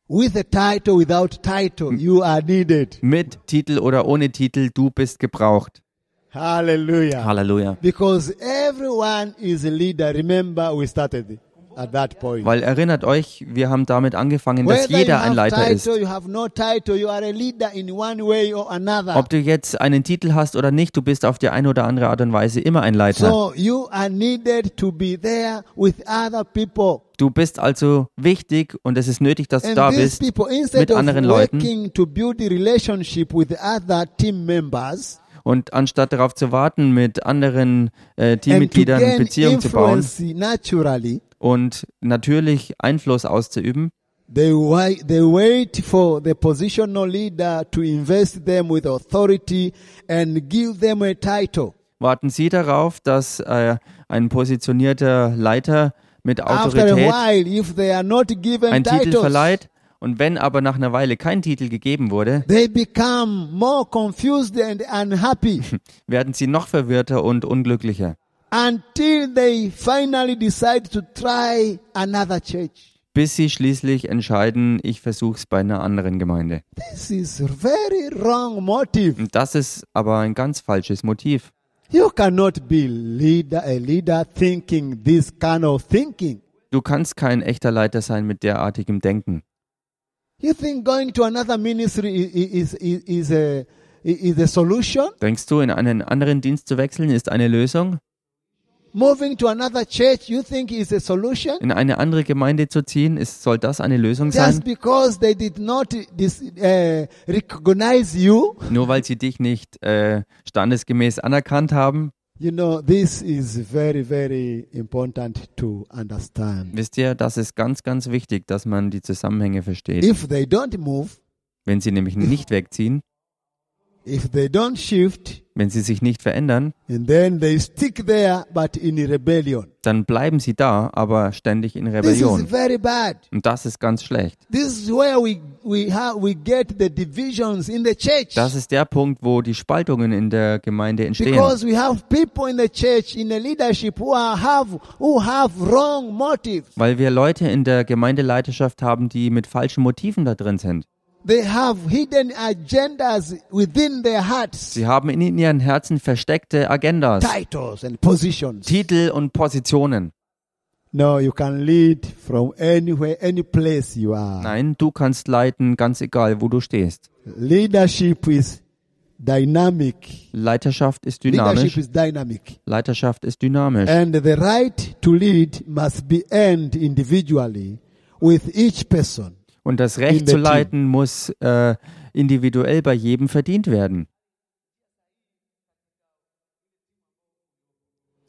S1: With a title, without title, you are needed.
S2: mit Titel oder ohne Titel, du bist gebraucht.
S1: Hallelujah.
S2: Halleluja.
S1: because everyone is a leader. Remember, we started at that point.
S2: Weil erinnert euch, wir haben damit angefangen, dass
S1: Whether you
S2: jeder ein
S1: have
S2: Leiter ist.
S1: title, you have no title, you are a leader in one way or another.
S2: Ob du jetzt einen Titel hast oder nicht, du bist auf die eine oder andere Art und Weise immer ein Leiter.
S1: So you are needed to be there with other people.
S2: Du bist also wichtig und es ist nötig, dass du
S1: And
S2: da
S1: these
S2: bist.
S1: people, instead
S2: mit
S1: of
S2: anderen Leuten.
S1: working to build a relationship with other team members
S2: Und anstatt darauf zu warten, mit anderen äh,
S1: and to
S2: Teammitgliedern
S1: gain
S2: Beziehungen zu bauen
S1: influence naturally,
S2: und natürlich Einfluss auszuüben,
S1: they, wi- they wait for the positional leader to invest them with authority and give them a title.
S2: warten Sie darauf, dass äh, ein positionierter Leiter mit
S1: After a
S2: Autorität
S1: while, if they are not given
S2: einen Titel
S1: titles,
S2: verleiht. Und wenn aber nach einer Weile kein Titel gegeben wurde,
S1: they become more confused and unhappy
S2: werden sie noch verwirrter und unglücklicher,
S1: until they finally decide to try another church.
S2: bis sie schließlich entscheiden, ich versuch's bei einer anderen Gemeinde.
S1: This is very wrong motive.
S2: Und das ist aber ein ganz falsches Motiv.
S1: You cannot be leader, a leader thinking this kind of thinking.
S2: Du kannst kein echter Leiter sein mit derartigem Denken.
S1: You think going to another ministry i- i- is, is, is, a, is a solution?
S2: Denkst du, in einen anderen Dienst zu wechseln ist eine Lösung?
S1: Moving to another church, you think is a solution?
S2: In eine andere Gemeinde zu ziehen, ist, soll das eine Lösung sein?
S1: Just because they did not dis, uh, recognize you,
S2: Nur weil sie dich nicht äh, standesgemäß anerkannt haben?
S1: You know, this is very, very important to understand.
S2: Wisst ihr, das ist ganz, ganz wichtig, dass man die Zusammenhänge versteht.
S1: If they don't move,
S2: Wenn sie nämlich nicht wegziehen,
S1: if they don't shift,
S2: wenn sie sich nicht verändern,
S1: and then they stick there, but in rebellion.
S2: dann bleiben sie da, aber ständig in
S1: This is
S2: Rebellion.
S1: very bad.
S2: Und das ist ganz schlecht.
S1: This is where we, we, have, we get the divisions in the church.
S2: Das ist der Punkt, wo die Spaltungen in der Gemeinde entstehen.
S1: Because we have people in the church, in the leadership who are have, who have wrong motives.
S2: Weil wir Leute in der Gemeindeleiterschaft haben, die mit falschen Motiven da drin sind.
S1: They have hidden agendas within their hearts,
S2: Sie haben in ihren Herzen versteckte Agendas,
S1: titles and positions.
S2: Titel und Positionen.
S1: No, you can lead from anywhere, any place you are.
S2: Nein, du kannst leiten, ganz egal, wo du stehst.
S1: Leadership is dynamic.
S2: Leiterschaft ist
S1: Leadership
S2: dynamisch.
S1: is Äh, dynamic.
S2: Leiterschaft ist dynamisch.
S1: And the right to lead must be earned individually with each person.
S2: Und das
S1: in
S2: Recht zu
S1: der
S2: leiten muss äh, individuell bei jedem verdient werden.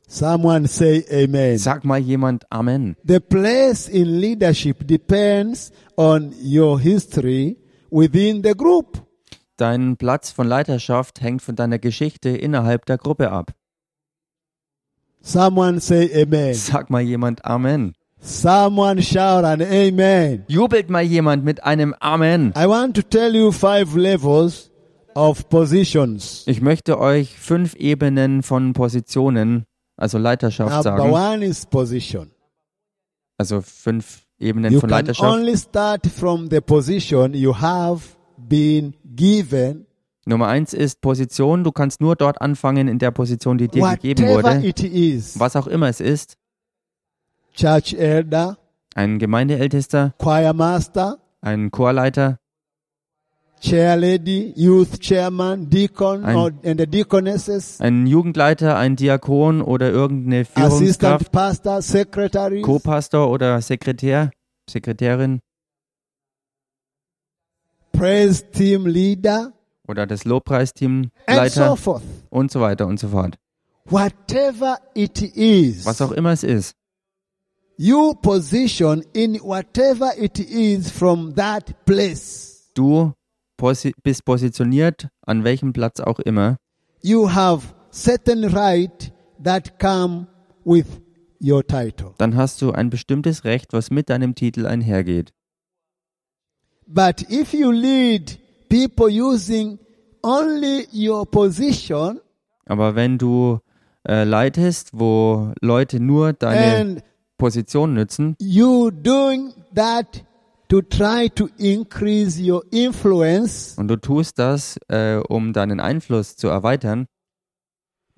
S1: Someone say amen.
S2: Sag mal jemand Amen.
S1: The place in leadership depends on your history within the group.
S2: Dein Platz von Leiterschaft hängt von deiner Geschichte innerhalb der Gruppe ab.
S1: Someone say amen.
S2: Sag mal jemand Amen.
S1: Someone shout an amen.
S2: Jubelt mal jemand mit einem Amen.
S1: I want to tell you five levels of positions.
S2: Ich möchte euch fünf Ebenen von Positionen, also Leiterschaft
S1: Number
S2: sagen.
S1: one is position.
S2: Also fünf Ebenen
S1: You
S2: von
S1: can
S2: Leiterschaft.
S1: only start from the position you have been given,
S2: Nummer eins ist Position. Du kannst nur dort anfangen in der Position, die dir gegeben
S1: whatever
S2: wurde.
S1: it is.
S2: Was auch immer es ist.
S1: Church elder,
S2: Ein Gemeindeältester,
S1: choir master,
S2: ein Chorleiter,
S1: chair lady, youth chairman, deacon,
S2: Ein-
S1: or, and the deaconesses,
S2: ein Jugendleiter, ein Diakon oder irgendeine Führungskraft,
S1: assistant pastor, secretary,
S2: Co-Pastor oder Sekretär, Sekretärin
S1: praise team leader,
S2: oder das Lobpreisteamleiter
S1: and so forth.
S2: und so weiter und so fort.
S1: Whatever it is,
S2: Was auch immer es ist.
S1: you position in whatever it is from that place.
S2: Du posi bist positioniert, an welchem Platz auch immer.
S1: You have certain right that come with your title.
S2: Dann hast du ein bestimmtes Recht, was mit deinem Titel einhergeht.
S1: But if you lead people using only your position
S2: Aber wenn du äh, leitest, wo Leute nur deine
S1: and
S2: Position nützen,
S1: you doing that to try to increase your influence,
S2: und du tust das, äh, um deinen Einfluss zu erweitern,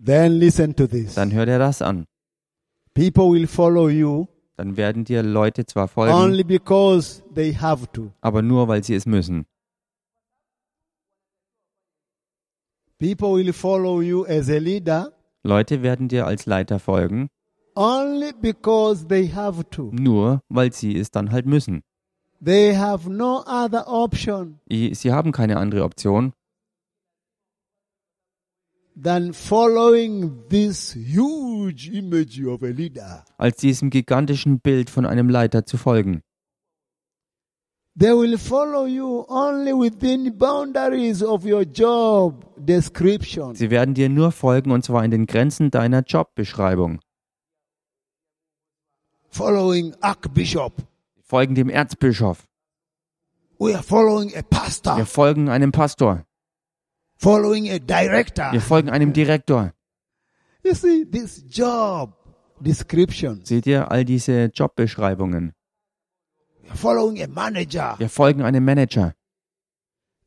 S1: then listen to this.
S2: dann hör dir das an.
S1: People will follow you
S2: Dann werden dir Leute zwar folgen,
S1: only because they have to.
S2: aber nur, weil sie es müssen.
S1: People will follow you as a leader
S2: Leute werden dir als Leiter folgen,
S1: only because they have to.
S2: nur, weil sie es dann halt müssen.
S1: They have no other option
S2: I- Sie haben keine andere Option,
S1: than following this huge image of a leader.
S2: als diesem gigantischen Bild von einem Leiter zu folgen.
S1: They will follow you only within boundaries of your job description.
S2: Sie werden dir nur folgen, und zwar in den Grenzen deiner Jobbeschreibung.
S1: Following Archbishop.
S2: Folgen dem Erzbischof.
S1: We are following a
S2: Wir
S1: pastor.
S2: folgen einem Pastor.
S1: Following a director.
S2: Wir folgen einem Direktor.
S1: You see, this job descriptions.
S2: Seht ihr all diese Jobbeschreibungen?
S1: We are following a manager.
S2: Wir folgen einem Manager.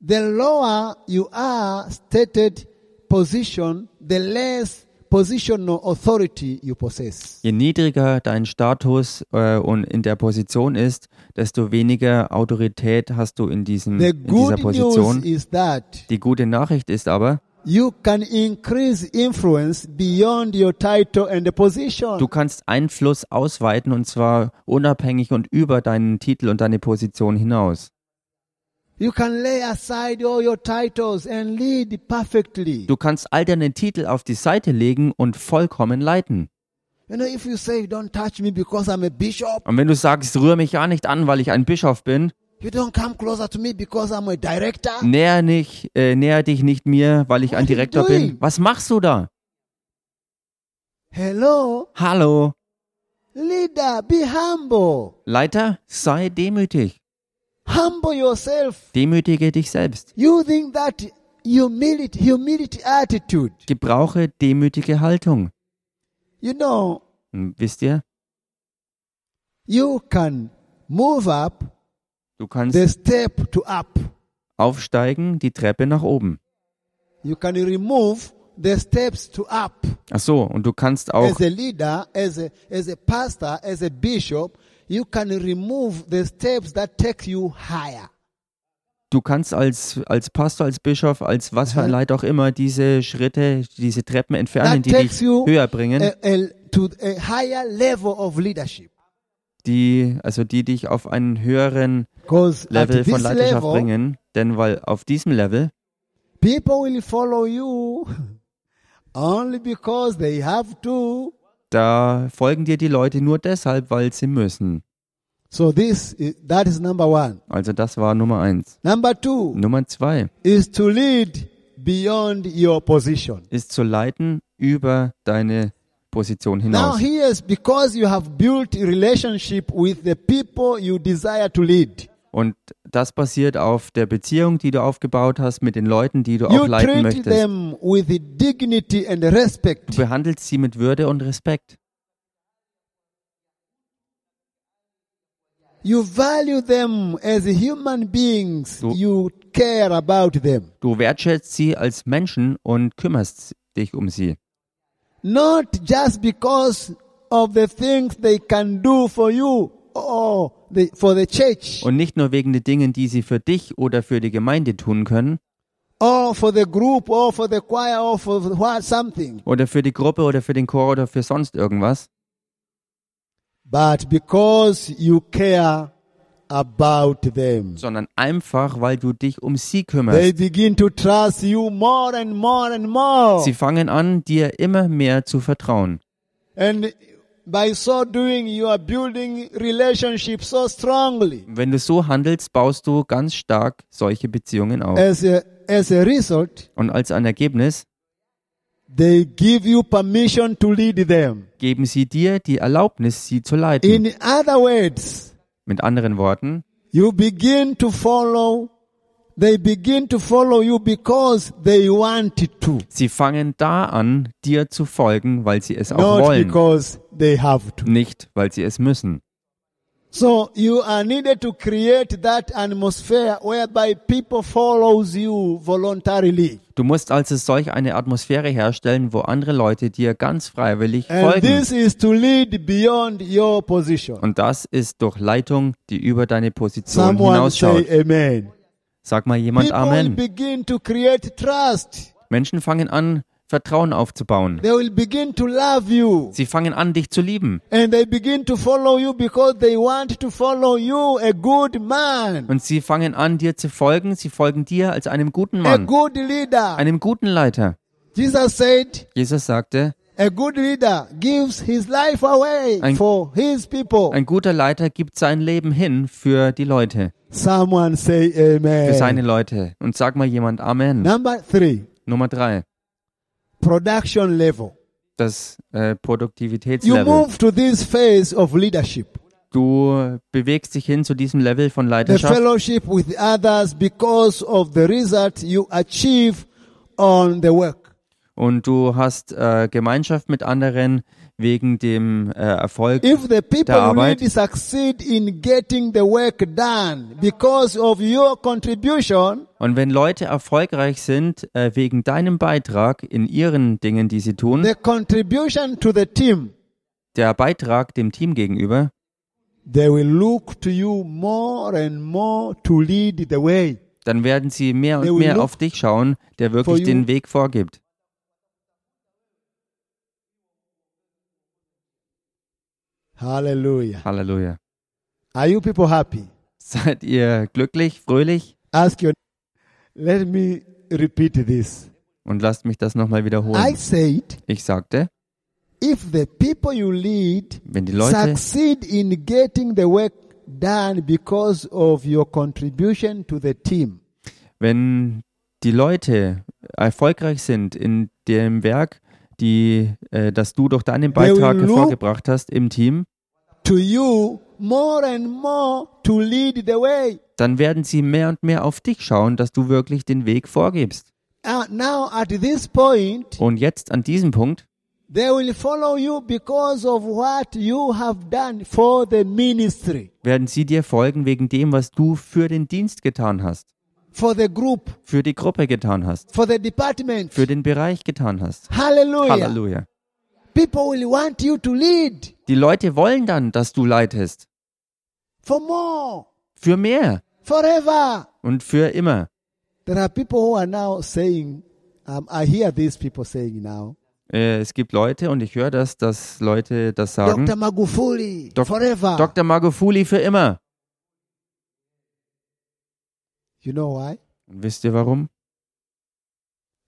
S1: The lower you are stated position, the less positional authority you possess.
S2: Je niedriger dein Status äh, und in der Position ist, desto weniger Autorität hast du in, diesem,
S1: The
S2: in dieser
S1: good news
S2: Position.
S1: is that
S2: Die gute Nachricht ist aber,
S1: you can increase influence beyond your title and the
S2: du
S1: position.
S2: kannst Einfluss ausweiten und zwar unabhängig und über deinen Titel und deine Position hinaus.
S1: You can lay aside all your titles and lead perfectly.
S2: Du kannst all deine Titel auf die Seite legen und vollkommen leiten.
S1: You know, if you say, Don't touch me because I'm a bishop,
S2: Und wenn du sagst, rühr mich ja nicht an, weil ich ein Bischof bin,
S1: you don't come closer to me because I'm a director.
S2: näher, nicht, äh, näher dich nicht mir, weil ich
S1: What are
S2: ein
S1: you
S2: Direktor
S1: doing?
S2: bin. Was machst du da?
S1: Hello,
S2: Hallo,
S1: leader, be humble.
S2: Leiter, sei demütig.
S1: Humble yourself.
S2: Demütige dich selbst.
S1: You think that humility, humility attitude.
S2: Gebrauche demütige Haltung.
S1: You know,
S2: Und wisst ihr,
S1: you can move up
S2: du kannst
S1: the step to up.
S2: aufsteigen, die Treppe nach oben.
S1: You can remove the steps to up.
S2: Ach so, und du kannst auch
S1: As a leader, as a, as a pastor, as a bishop, you can remove the steps that take you higher.
S2: du kannst als, als Pastor, als Bischof, als was für ein Leid auch immer diese Schritte, diese Treppen entfernen,
S1: That
S2: die dich
S1: takes you
S2: höher bringen,
S1: a- a- to a higher level of leadership.
S2: die, also die dich auf einen höheren
S1: Because at
S2: Level von
S1: this
S2: Leiterschaft
S1: level,
S2: bringen. Denn weil auf diesem Level,
S1: people will follow you only because they have to.
S2: da folgen dir die Leute nur deshalb, weil sie müssen.
S1: So this is, that is number one.
S2: Also das war Nummer eins.
S1: Number two
S2: Nummer zwei
S1: is to lead beyond your position.
S2: ist zu leiten über deine Position
S1: Now
S2: hinaus.
S1: here is because you have built a relationship with the people you desire to lead.
S2: Und das basiert auf der Beziehung, die du aufgebaut hast mit den Leuten, die du auch
S1: You
S2: leiten
S1: treat
S2: möchtest.
S1: them with dignity and respect.
S2: Du behandelst sie mit Würde und Respekt.
S1: You value them as human beings.
S2: Du-
S1: You care about them.
S2: Du wertschätzt sie als Menschen und kümmerst dich um sie.
S1: Not just because of the things they can do for you or the, for the church
S2: Und nicht nur wegen den Dingen, die sie für dich oder für die Gemeinde tun können
S1: or for the group or for the choir or for what, something,
S2: oder für die Gruppe oder für den Chor oder für sonst irgendwas,
S1: but because you care about them.
S2: sondern einfach, weil du dich um
S1: They
S2: sie kümmerst.
S1: begin to trust you more and more and more.
S2: Sie fangen an, dir immer mehr zu vertrauen.
S1: And by so doing, you are building relationships so strongly.
S2: Wenn du so handelst, baust du ganz stark solche Beziehungen auf.
S1: As a, as a result,
S2: Und als ein Ergebnis
S1: they give you permission to lead them.
S2: geben sie dir die Erlaubnis, sie zu leiten.
S1: In other words,
S2: Mit anderen Worten,
S1: you begin to follow, they begin to follow you because they want to,
S2: sie fangen da an, dir zu folgen, weil sie es auch
S1: not
S2: wollen,
S1: because they have to.
S2: nicht weil sie es müssen.
S1: So you are needed to create that atmosphere whereby people follows you voluntarily.
S2: Du musst also solch eine Atmosphäre herstellen, wo andere Leute dir ganz freiwillig
S1: And
S2: folgen.
S1: this is to lead beyond your position.
S2: Und das ist durch Leitung, die über deine Position
S1: Someone say
S2: hinausschaut.
S1: amen.
S2: Sag mal jemand
S1: People will
S2: Amen.
S1: begin to create trust.
S2: Menschen fangen an, Vertrauen aufzubauen.
S1: They will begin to love you.
S2: Sie fangen an, dich zu lieben.
S1: And they begin to follow you because they want to follow you, a good man,
S2: Und sie fangen an, dir zu folgen. Sie folgen dir als einem guten
S1: a
S2: Mann,
S1: good leader.
S2: einem guten Leiter.
S1: Jesus said,
S2: Jesus sagte,
S1: a good leader gives his life away
S2: Ein-
S1: for his people.
S2: ein guter Leiter gibt sein Leben hin für die Leute,
S1: Someone say
S2: für seine
S1: amen.
S2: Leute. Und sag mal jemand Amen.
S1: Number three,
S2: Nummer drei,
S1: production level.
S2: das äh,
S1: You
S2: Produktivitätslevel.
S1: move to this phase of leadership.
S2: Du bewegst dich hin zu diesem Level von
S1: the
S2: Leidenschaft.
S1: fellowship with others because of the result you achieve on the work.
S2: Und du hast äh, Gemeinschaft mit anderen wegen dem äh, Erfolg.
S1: If the people
S2: Der
S1: who
S2: Arbeit.
S1: really succeed in getting the work done because of your contribution,
S2: Und wenn Leute erfolgreich sind äh, wegen deinem Beitrag in ihren Dingen, die sie tun,
S1: the contribution to the team,
S2: der Beitrag dem Team gegenüber,
S1: they will look to you more and more to lead the way.
S2: dann werden sie mehr
S1: They
S2: und
S1: will
S2: mehr
S1: look
S2: auf dich schauen, der
S1: for
S2: wirklich
S1: you.
S2: den Weg vorgibt.
S1: Hallelujah.
S2: Halleluja.
S1: Are you people happy?
S2: Seid ihr glücklich, fröhlich?
S1: Ask your. Let me repeat this.
S2: Und lasst mich das nochmal
S1: I
S2: wiederholen.
S1: said,
S2: Ich sagte,
S1: if the people you lead
S2: wenn die Leute,
S1: succeed in getting the work done because of your contribution to the team,
S2: wenn die Leute erfolgreich sind in dem Werk, die, äh, das du durch deinen Beitrag
S1: will look-
S2: hervorgebracht hast im Team,
S1: to you more and more to lead the way.
S2: dann werden sie mehr und mehr auf dich schauen, dass du wirklich den Weg vorgibst.
S1: Uh, now, at this point,
S2: Und jetzt an diesem Punkt
S1: they will follow you because of what you have done for the ministry,
S2: werden sie dir folgen wegen dem, was du für den Dienst getan hast,
S1: for the group,
S2: für die Gruppe getan hast,
S1: for the department.
S2: für den Bereich getan hast.
S1: Hallelujah.
S2: Halleluja.
S1: People will want you to lead
S2: Die Leute wollen dann, dass du leitest.
S1: for more,
S2: Für mehr
S1: forever.
S2: und für immer.
S1: There are people who are now saying, um, I hear these people saying now,
S2: Äh, es gibt Leute, und ich höre das, dass Leute das sagen.
S1: Dr. Magufuli,
S2: Doc-
S1: forever.
S2: Dr. Magufuli für immer.
S1: You know why?
S2: Und wisst ihr warum?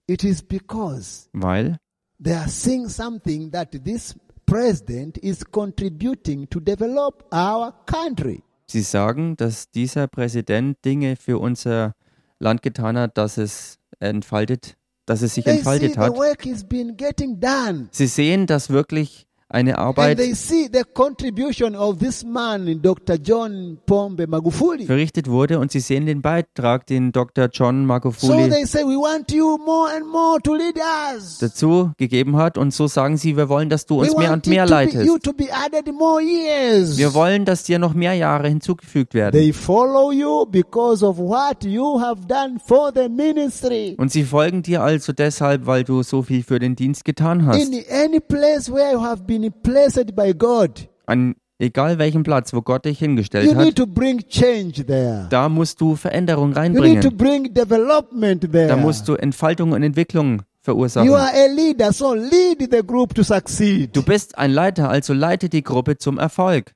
S1: It is because
S2: Weil
S1: they are seeing something that this president is contributing to develop our country.
S2: sie sagen, dass dieser Präsident Dinge für unser Land getan hat, dass es entfaltet, dass es sich
S1: They see
S2: entfaltet
S1: the
S2: hat.
S1: work is been getting done.
S2: Sie sehen, dass wirklich eine
S1: And
S2: Arbeit
S1: they see the contribution of this man, Dr. John Pombe Magufuli.
S2: verrichtet wurde und sie sehen den Beitrag, den Dr. John
S1: So
S2: Magufuli
S1: they say, we want you more and more to lead us.
S2: dazu gegeben hat und so sagen sie, wir wollen, dass du
S1: We
S2: uns mehr
S1: want
S2: und
S1: it
S2: mehr
S1: to be, you
S2: leitest.
S1: to be added more years.
S2: Wir wollen, dass dir noch mehr Jahre hinzugefügt werden.
S1: They follow you because of what you have done for the ministry.
S2: Und sie folgen dir also deshalb, weil du so viel für den Dienst getan hast.
S1: In any place where you have been placed by God,
S2: An egal welchem Platz, wo Gott dich
S1: you
S2: hingestellt
S1: need
S2: hat,
S1: to bring change there.
S2: da musst du
S1: You
S2: Veränderung
S1: need to
S2: reinbringen.
S1: bring development
S2: Da
S1: there.
S2: musst du Entfaltung und Entwicklung
S1: You
S2: verursachen.
S1: are a leader, so lead the group to succeed.
S2: Du bist ein Leiter, also leite die Gruppe zum Erfolg.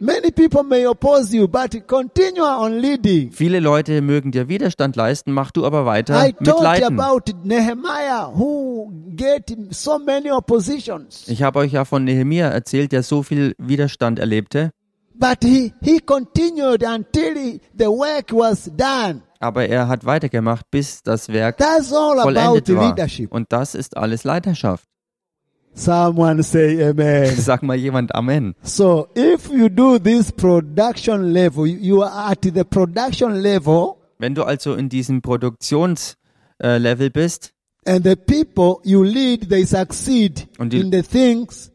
S1: Many people may oppose you, but continue on leading.
S2: Viele Leute mögen dir Widerstand leisten, mach du aber weiter
S1: I
S2: mit
S1: told you
S2: Leiten.
S1: about Nehemiah who get so many oppositions,
S2: Ich habe euch ja von Nehemia erzählt, der so viel Widerstand erlebte,
S1: but he, he continued until he, the work was done.
S2: aber er hat weitergemacht, bis das Werk
S1: That's all about
S2: vollendet war.
S1: leadership.
S2: Und das ist alles Leiterschaft.
S1: Someone say amen.
S2: Sag mal jemand Amen.
S1: So if you do this production level, you- you are at the production level
S2: Wenn du also in diesem Produktionslevel bist,
S1: and the people you lead, they succeed
S2: Und die-
S1: in the things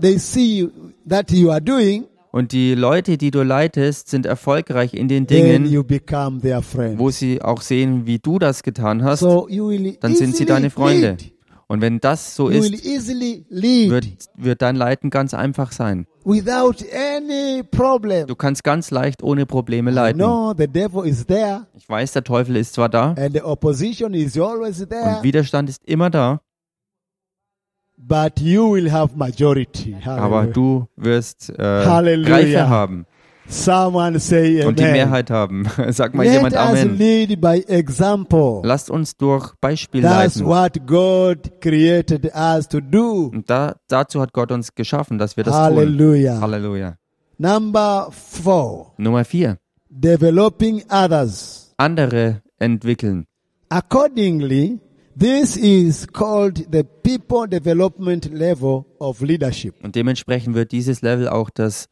S1: they see you, that you are doing,
S2: Und die Leute, die du leitest, sind erfolgreich in den
S1: then
S2: Dingen,
S1: you become their friend.
S2: wo sie auch sehen, wie du das getan hast,
S1: So you will
S2: dann sind sie
S1: easily
S2: deine Freunde.
S1: lead.
S2: Und wenn das so
S1: You will
S2: ist,
S1: easily lead
S2: wird, wird dein Leiten ganz einfach sein.
S1: without any problem.
S2: Du kannst ganz leicht ohne Probleme leiten.
S1: No, the devil is there
S2: Ich weiß, der Teufel ist zwar da
S1: and the opposition is always
S2: und
S1: there,
S2: Widerstand ist immer da,
S1: but you will have majority.
S2: aber du wirst äh,
S1: Halleluja.
S2: Reife haben
S1: Someone say amen.
S2: und die Mehrheit haben. Sag mal
S1: Let
S2: jemand
S1: us
S2: Amen.
S1: lead by example.
S2: Lasst uns durch Beispiel
S1: That's
S2: leiten.
S1: what God created us to do.
S2: Und da, dazu hat Gott uns geschaffen, dass wir das tun.
S1: Hallelujah.
S2: Halleluja.
S1: Number four,
S2: Nummer vier.
S1: developing others.
S2: andere entwickeln.
S1: Accordingly, this is called the people development level of leadership.
S2: Und dementsprechend wird dieses Level auch das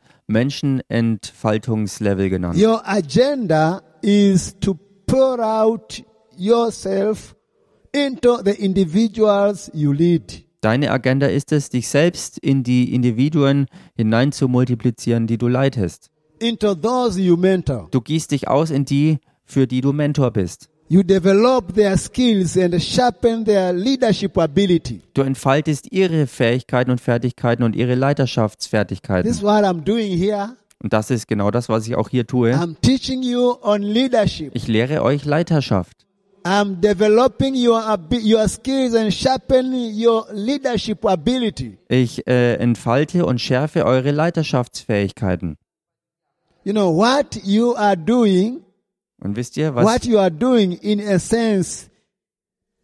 S2: Menschenentfaltungslevel genannt.
S1: Your agenda is to pour out yourself into the individuals you lead.
S2: Deine Agenda ist es, dich selbst in die Individuen hinein zu multiplizieren, die du leitest.
S1: into those you mentor.
S2: Du gießt dich aus in die, für die du Mentor bist.
S1: You develop their skills and sharpen their leadership ability.
S2: Du entfaltest ihre Fähigkeiten und Fertigkeiten und ihre
S1: This
S2: Leiterschaftsfertigkeiten.
S1: is what I'm doing here.
S2: Und das ist genau das, was ich auch hier tue.
S1: I'm teaching you on leadership.
S2: Ich lehre euch Leiterschaft.
S1: I'm developing your abi- your skills and sharpening your leadership ability.
S2: Ich äh, entfalte und schärfe eure Leiterschaftsfähigkeiten.
S1: You know what you are doing
S2: Und wisst ihr, was,
S1: What you are doing, in a sense,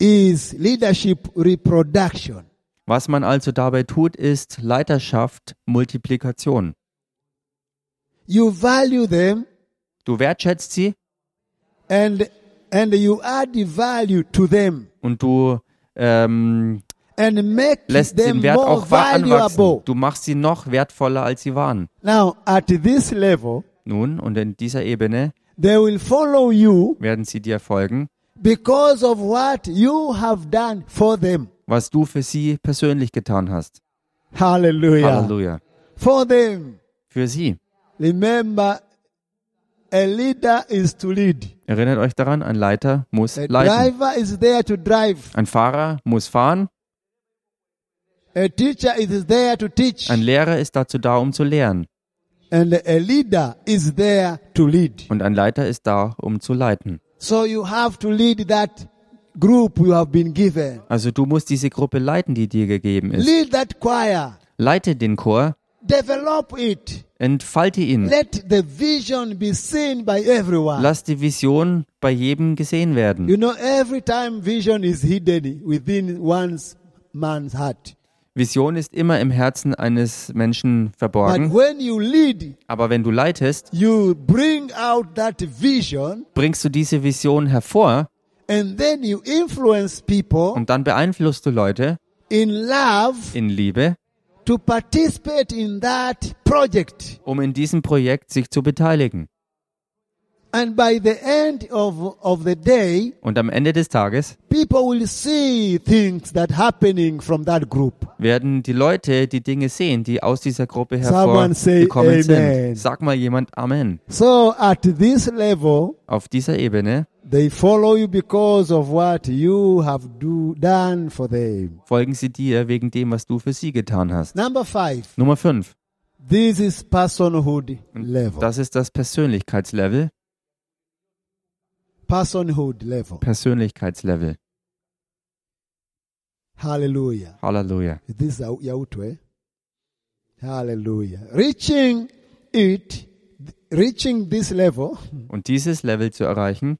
S1: is leadership reproduction.
S2: was man also dabei tut, ist Leiterschaft, Multiplikation.
S1: You value them
S2: Du wertschätzt sie
S1: and, and you add value to them
S2: und du ähm,
S1: and make
S2: lässt
S1: them
S2: dem Wert
S1: more
S2: auch wa- anwachsen.
S1: valuable.
S2: Du machst sie noch wertvoller, als sie waren.
S1: Now, at this level,
S2: Nun, und in dieser Ebene
S1: they will follow you
S2: werden sie dir folgen,
S1: because of what you have done for them.
S2: was du für sie persönlich getan hast.
S1: Hallelujah.
S2: Halleluja.
S1: For them.
S2: Für sie.
S1: Remember, a leader is to lead.
S2: Erinnert euch daran, ein Leiter muss
S1: A
S2: leiten.
S1: driver is there to drive.
S2: Ein Fahrer muss fahren,
S1: A teacher is there to teach.
S2: ein Lehrer ist dazu da, um zu lehren.
S1: and a leader is there to lead.
S2: Und ein Leiter ist da, um zu leiten.
S1: So you have to lead that group you have been given.
S2: Also du musst diese Gruppe leiten, die dir gegeben ist.
S1: Lead that choir.
S2: Leite den Chor,
S1: Develop it.
S2: entfalte ihn.
S1: Let the vision be seen by everyone.
S2: Lass die Vision bei jedem gesehen werden.
S1: you know, every time vision is hidden within one's man's heart.
S2: Vision ist immer im Herzen eines Menschen
S1: But
S2: verborgen.
S1: when you lead,
S2: Aber wenn du leitest,
S1: you bring out that vision
S2: bringst du diese Vision hervor
S1: and then you influence people
S2: und dann beeinflusst du Leute
S1: in love
S2: Um, in Liebe,
S1: to participate in that project.
S2: um in diesem Projekt sich zu beteiligen.
S1: And by the end of, of the day,
S2: Und am Ende des Tages
S1: people will see things that happening from that group.
S2: werden die Leute die Dinge sehen, die aus dieser Gruppe
S1: Someone say
S2: hervorgekommen
S1: Amen.
S2: sind. Sag mal jemand Amen.
S1: So at this level,
S2: Auf dieser Ebene
S1: they follow you because of what you have do, done for them.
S2: folgen sie dir wegen dem, was du für sie getan hast.
S1: Number five,
S2: Nummer 5.
S1: this is personhood level.
S2: Das ist das Persönlichkeitslevel.
S1: Personhood level.
S2: Persönlichkeitslevel.
S1: Hallelujah.
S2: Halleluja.
S1: This is how- Yautwe. Hallelujah. Reaching it, reaching this level,
S2: Und dieses Level zu erreichen,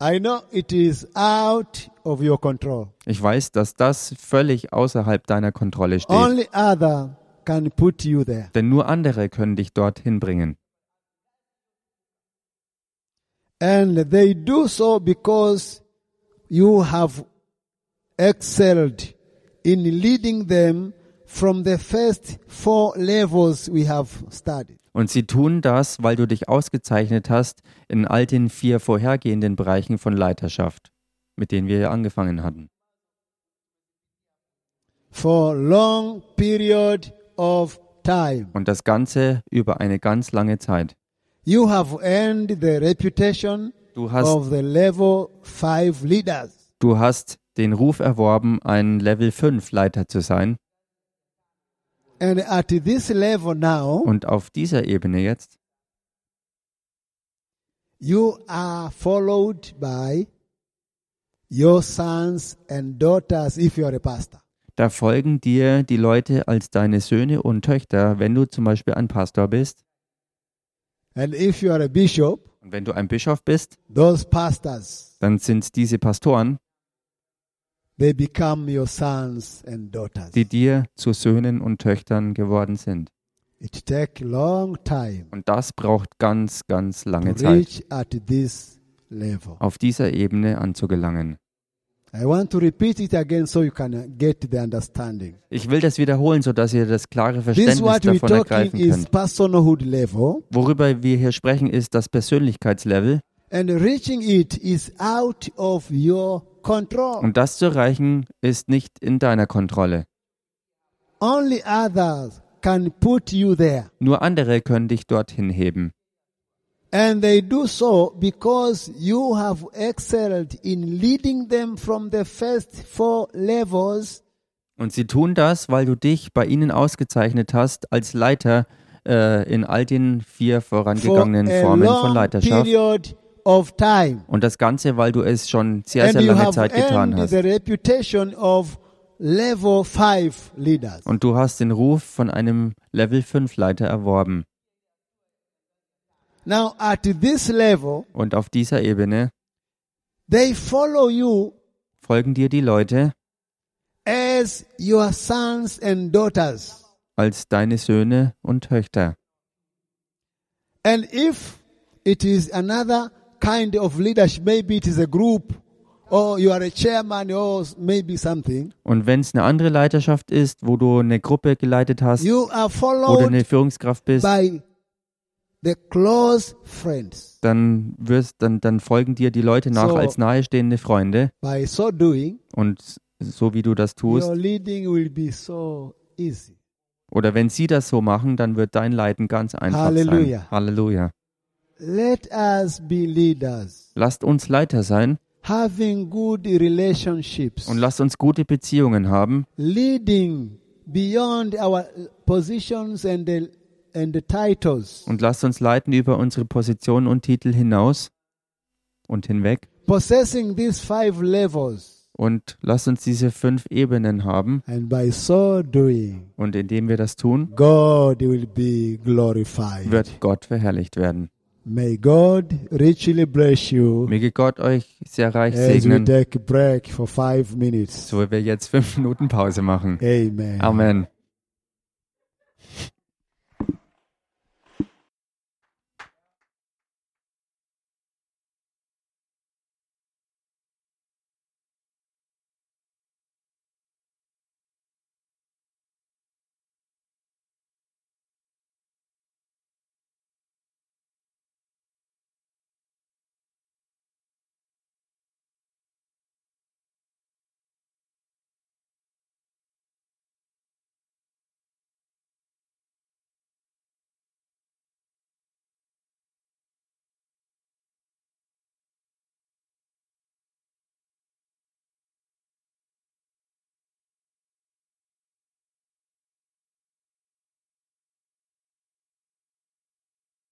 S1: I know it is out of your control.
S2: ich weiß, dass das völlig außerhalb deiner Kontrolle steht.
S1: Only other can put you there.
S2: denn nur andere können dich dorthin bringen.
S1: And they do so because you have excelled in leading them from the first four levels we have studied.
S2: Und sie tun das, weil du dich ausgezeichnet hast in all den vier vorhergehenden Bereichen von Leiterschaft, mit denen wir ja angefangen hatten.
S1: For long period of time.
S2: Und das Ganze über eine ganz lange Zeit.
S1: You have earned the reputation
S2: Du hast,
S1: of the level five leaders.
S2: du hast den Ruf erworben, ein Level 5 Leiter zu sein.
S1: And at this level now,
S2: Und auf dieser Ebene jetzt
S1: You are followed by your sons and daughters if you are a pastor.
S2: Da folgen dir die Leute als deine Söhne und Töchter, wenn du zum Beispiel ein Pastor bist
S1: And if you are a bishop,
S2: und wenn du ein Bischof bist,
S1: those pastors,
S2: dann sind diese Pastoren,
S1: they become your sons and daughters.
S2: die dir zu Söhnen und Töchtern geworden sind.
S1: It takes long time
S2: Und das braucht ganz, ganz
S1: to
S2: lange Zeit,
S1: reach at this level.
S2: auf dieser Ebene anzugelangen.
S1: I want to repeat it again so you can uh, get the understanding.
S2: Ich will das wiederholen, sodass ihr das klare
S1: This
S2: Verständnis
S1: what we're
S2: davon
S1: talking
S2: ergreifen
S1: is
S2: könnt.
S1: personhood level,
S2: Worüber wir hier sprechen, ist das Persönlichkeitslevel.
S1: and reaching it is out of your control.
S2: Und das zu erreichen, ist nicht in deiner Kontrolle.
S1: Only others can put you there.
S2: Nur andere können dich dorthin heben.
S1: And they do so because you have excelled in leading them from the first four levels
S2: Und sie tun das, weil du dich bei ihnen ausgezeichnet hast als Leiter äh, in all den vier
S1: for
S2: vorangegangenen
S1: a
S2: Formen von
S1: long
S2: Leiterschaft.
S1: period of time.
S2: Und das Ganze, weil du es schon sehr, sehr
S1: and you
S2: lange
S1: have
S2: Zeit getan
S1: earned
S2: hast.
S1: the reputation of level five leaders.
S2: Und du hast den Ruf von einem Level 5 Leiter erworben.
S1: Now, at this level,
S2: Und auf dieser Ebene
S1: they follow you
S2: folgen dir die Leute
S1: as your sons and daughters.
S2: als deine Söhne und Töchter.
S1: And if it is another kind of leadership, maybe it is a group, or you are a chairman, or maybe something,
S2: Und wenn es eine andere Leiterschaft ist, wo du eine Gruppe geleitet hast
S1: you are
S2: oder
S1: followed
S2: eine Führungskraft bist,
S1: by the close friends.
S2: dann wirst, dann, dann folgen dir die Leute nach
S1: So.
S2: als nahestehende Freunde.
S1: By so doing,
S2: Und so wie du das tust,
S1: your leading will be so easy.
S2: oder wenn sie das so machen, dann wird dein Leiden ganz einfach sein.
S1: Halleluja.
S2: Halleluja.
S1: Let us be leaders,
S2: Lasst uns Leiter sein
S1: having good relationships,
S2: und lasst uns gute Beziehungen haben,
S1: leading beyond our positions and the, and the titles.
S2: und lasst uns leiten über unsere Positionen und Titel hinaus und hinweg.
S1: possessing these five levels,
S2: Und lasst uns diese fünf Ebenen haben.
S1: and by so doing,
S2: Und indem wir das tun,
S1: God will be glorified.
S2: wird Gott verherrlicht werden.
S1: May God richly bless you
S2: Möge Gott euch sehr reich
S1: as we
S2: segnen,
S1: take a break for five minutes.
S2: so wir jetzt fünf Minuten Pause machen.
S1: Amen.
S2: Amen.